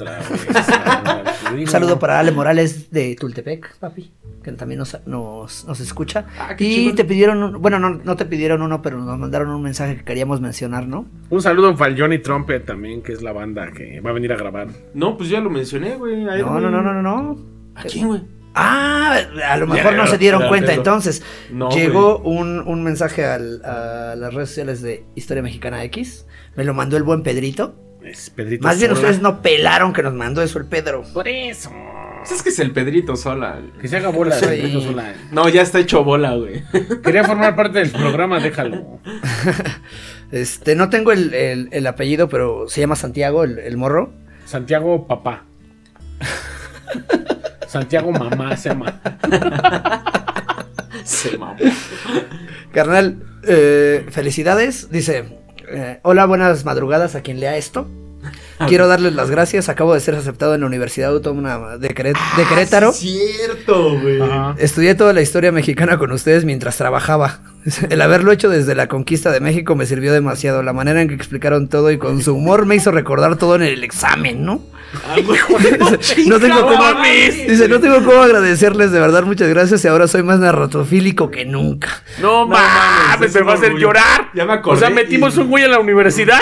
[SPEAKER 3] Un saludo para
[SPEAKER 2] ¿eh?
[SPEAKER 3] Ale Morales de Tultepec, papi, que también nos, nos, nos escucha.
[SPEAKER 2] Ah, qué
[SPEAKER 3] y
[SPEAKER 2] chingón.
[SPEAKER 3] te pidieron, un- bueno, no, no te pidieron uno, pero nos mandaron un mensaje que queríamos mencionar, ¿no?
[SPEAKER 1] Un saludo para el Johnny Trumpet también, que es la banda que va a venir a grabar.
[SPEAKER 2] No, pues ya lo mencioné, güey. a
[SPEAKER 3] No,
[SPEAKER 2] Edwin.
[SPEAKER 3] no, no, no, no, no.
[SPEAKER 2] ¿A quién, güey?
[SPEAKER 3] Ah, a lo mejor no se dieron
[SPEAKER 2] ya,
[SPEAKER 3] cuenta
[SPEAKER 2] pero-
[SPEAKER 3] entonces.
[SPEAKER 2] No,
[SPEAKER 3] Llegó un, un mensaje al- a las redes sociales de Historia Mexicana X. Me lo mandó el buen Pedrito.
[SPEAKER 1] Es Pedrito.
[SPEAKER 3] Más bien
[SPEAKER 1] Sola.
[SPEAKER 3] ustedes no pelaron que nos mandó eso el Pedro.
[SPEAKER 11] Por eso.
[SPEAKER 2] Pues es que es el Pedrito sola. güey.
[SPEAKER 1] Que se haga bola,
[SPEAKER 3] Soy-
[SPEAKER 1] Pedrito Sola.
[SPEAKER 2] No, ya está hecho bola, güey.
[SPEAKER 1] Quería formar parte del programa, déjalo.
[SPEAKER 3] Este, no tengo el, el- el apellido, pero se llama Santiago, el, el morro.
[SPEAKER 1] Santiago Papá. Santiago Mamá se llama.
[SPEAKER 2] Se mamó.
[SPEAKER 3] Carnal, eh, felicidades. Dice, eh, hola, buenas madrugadas a quien lea esto. Quiero darles las gracias. Acabo de ser aceptado en la Universidad Autónoma de, Queret- de
[SPEAKER 2] Ah,
[SPEAKER 3] Querétaro.
[SPEAKER 2] Cierto, güey.
[SPEAKER 1] Ajá.
[SPEAKER 3] Estudié toda la historia mexicana con ustedes mientras trabajaba. El haberlo hecho desde la conquista de México me sirvió demasiado. La manera en que explicaron todo y con su humor me hizo recordar todo en el examen, ¿no?
[SPEAKER 2] Ah, güey, no,
[SPEAKER 3] No tengo cómo,
[SPEAKER 2] mames.
[SPEAKER 3] dice, no tengo cómo agradecerles, de verdad, muchas gracias. Y ahora soy más narratofílico que nunca.
[SPEAKER 1] No, mames,
[SPEAKER 2] es
[SPEAKER 1] me va a
[SPEAKER 2] un
[SPEAKER 1] hacer
[SPEAKER 2] orgullo.
[SPEAKER 1] llorar.
[SPEAKER 2] Ya me
[SPEAKER 1] O
[SPEAKER 2] acordé.
[SPEAKER 1] sea, metimos
[SPEAKER 2] y-
[SPEAKER 1] un güey a la universidad.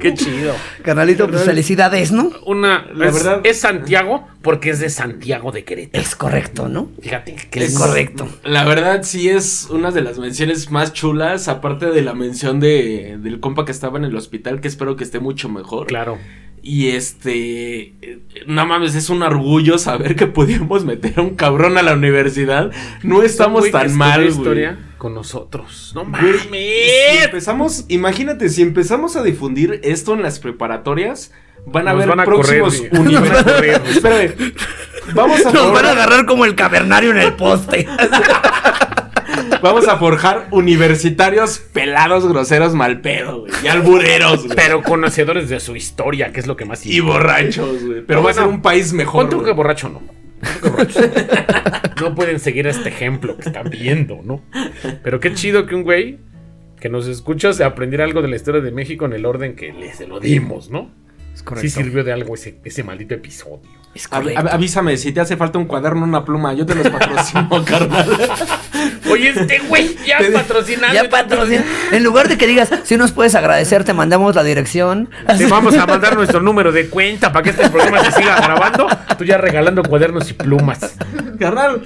[SPEAKER 1] Qué chido.
[SPEAKER 3] Canalito, pues felicidades, ¿no?
[SPEAKER 1] Una,
[SPEAKER 2] La
[SPEAKER 1] es,
[SPEAKER 2] verdad-
[SPEAKER 1] es Santiago porque es de Santiago de Querétaro.
[SPEAKER 3] Es correcto, ¿no?
[SPEAKER 1] Fíjate que
[SPEAKER 3] Es correcto.
[SPEAKER 2] La verdad sí es una de las menciones más chulas, aparte de la mención de, del compa que estaba en el hospital, que espero que esté mucho mejor.
[SPEAKER 1] Claro.
[SPEAKER 2] Y este, eh, no mames, es un orgullo saber que pudimos meter a un cabrón a la universidad. No estamos
[SPEAKER 1] Güey, que
[SPEAKER 2] tan
[SPEAKER 1] estudió
[SPEAKER 2] mal, güey.
[SPEAKER 1] historia con nosotros. No mames.
[SPEAKER 2] Güey, si empezamos, imagínate, si empezamos a difundir esto en las preparatorias, van a
[SPEAKER 1] Nos
[SPEAKER 2] haber
[SPEAKER 1] van a
[SPEAKER 2] próximos
[SPEAKER 1] correr, güey.
[SPEAKER 2] univer-
[SPEAKER 1] Nos van a correr, güey.
[SPEAKER 2] Espérame, Vamos a
[SPEAKER 3] Nos
[SPEAKER 2] formar-
[SPEAKER 3] van a agarrar como el cavernario en el poste.
[SPEAKER 2] Vamos a forjar universitarios pelados, groseros, mal pedo, güey. Y albureros, güey.
[SPEAKER 1] Pero conocedores de su historia, que es lo que más
[SPEAKER 2] y borrachos, güey. Pero va a
[SPEAKER 1] Bueno,
[SPEAKER 2] ser un país mejor.
[SPEAKER 1] Pon tú
[SPEAKER 2] güey.
[SPEAKER 1] que borracho no. Pon tú que borracho no. No pueden seguir este ejemplo que están viendo, ¿no? Pero qué chido que un güey que nos escucha se aprendiera algo de la historia de México en el orden que le se lo dimos, ¿no?
[SPEAKER 3] Es correcto.
[SPEAKER 1] Sí sirvió de algo ese, ese maldito episodio.
[SPEAKER 3] Es
[SPEAKER 2] Av-
[SPEAKER 3] correcto.
[SPEAKER 2] av- avísame si te hace falta un cuaderno, una pluma. Yo te los patrocino, carnal.
[SPEAKER 1] Oye, este güey ya patrocinado.
[SPEAKER 3] Ya patrocina. En lugar de que digas, si nos puedes agradecer, te mandamos la dirección.
[SPEAKER 1] Te vamos a mandar nuestro número de cuenta para que este programa se siga grabando. Tú ya regalando cuadernos y plumas.
[SPEAKER 2] Carnal,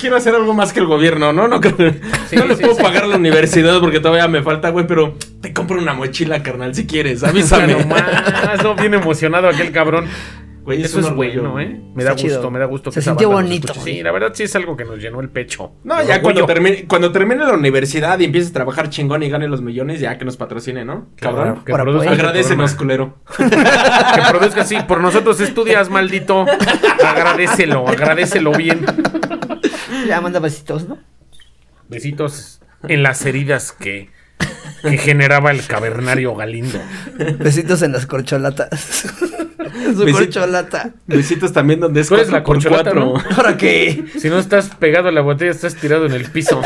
[SPEAKER 2] quiero hacer algo más que el gobierno, ¿no? No, carnal. no le puedo pagar la universidad porque todavía me falta, güey. Pero te compro una mochila, carnal, si quieres. Avísame.
[SPEAKER 1] Mira nomás, no bien emocionado aquel cabrón.
[SPEAKER 2] Güey,
[SPEAKER 1] Eso
[SPEAKER 2] un
[SPEAKER 1] es
[SPEAKER 2] orgullo,
[SPEAKER 1] bueno,
[SPEAKER 2] güey.
[SPEAKER 1] ¿eh? Me da
[SPEAKER 3] Está chido.
[SPEAKER 1] gusto, me da gusto.
[SPEAKER 3] Se
[SPEAKER 1] esa
[SPEAKER 3] sintió
[SPEAKER 1] banda nos
[SPEAKER 3] bonito.
[SPEAKER 1] escuche. Sí, la verdad sí es algo que nos llenó el pecho.
[SPEAKER 2] No,
[SPEAKER 1] El
[SPEAKER 2] ya cuando
[SPEAKER 1] orgullo.
[SPEAKER 2] termine, cuando termine la universidad y empieces a trabajar chingón y gane los millones, ya que nos patrocine, ¿no? Cabrón.
[SPEAKER 1] Que
[SPEAKER 3] Ahora,
[SPEAKER 1] produzca
[SPEAKER 3] pues,
[SPEAKER 1] este
[SPEAKER 2] Agradecenos,
[SPEAKER 1] programa.
[SPEAKER 2] culero.
[SPEAKER 1] Que produzca así. Por nosotros estudias, maldito. Agradecelo, agradecelo bien.
[SPEAKER 3] Ya manda besitos, ¿no?
[SPEAKER 1] Besitos en las heridas que, que generaba el cavernario Galindo.
[SPEAKER 3] Besitos en las corcholatas. Su
[SPEAKER 2] Besi-
[SPEAKER 3] corcholata.
[SPEAKER 2] Besitos también donde es
[SPEAKER 1] Tú eres la
[SPEAKER 2] cuatro por
[SPEAKER 1] corcholata,
[SPEAKER 2] cuatro.
[SPEAKER 1] ¿no?
[SPEAKER 3] ¿Ahora qué?
[SPEAKER 1] Si no estás pegado a la botella, estás tirado en el piso.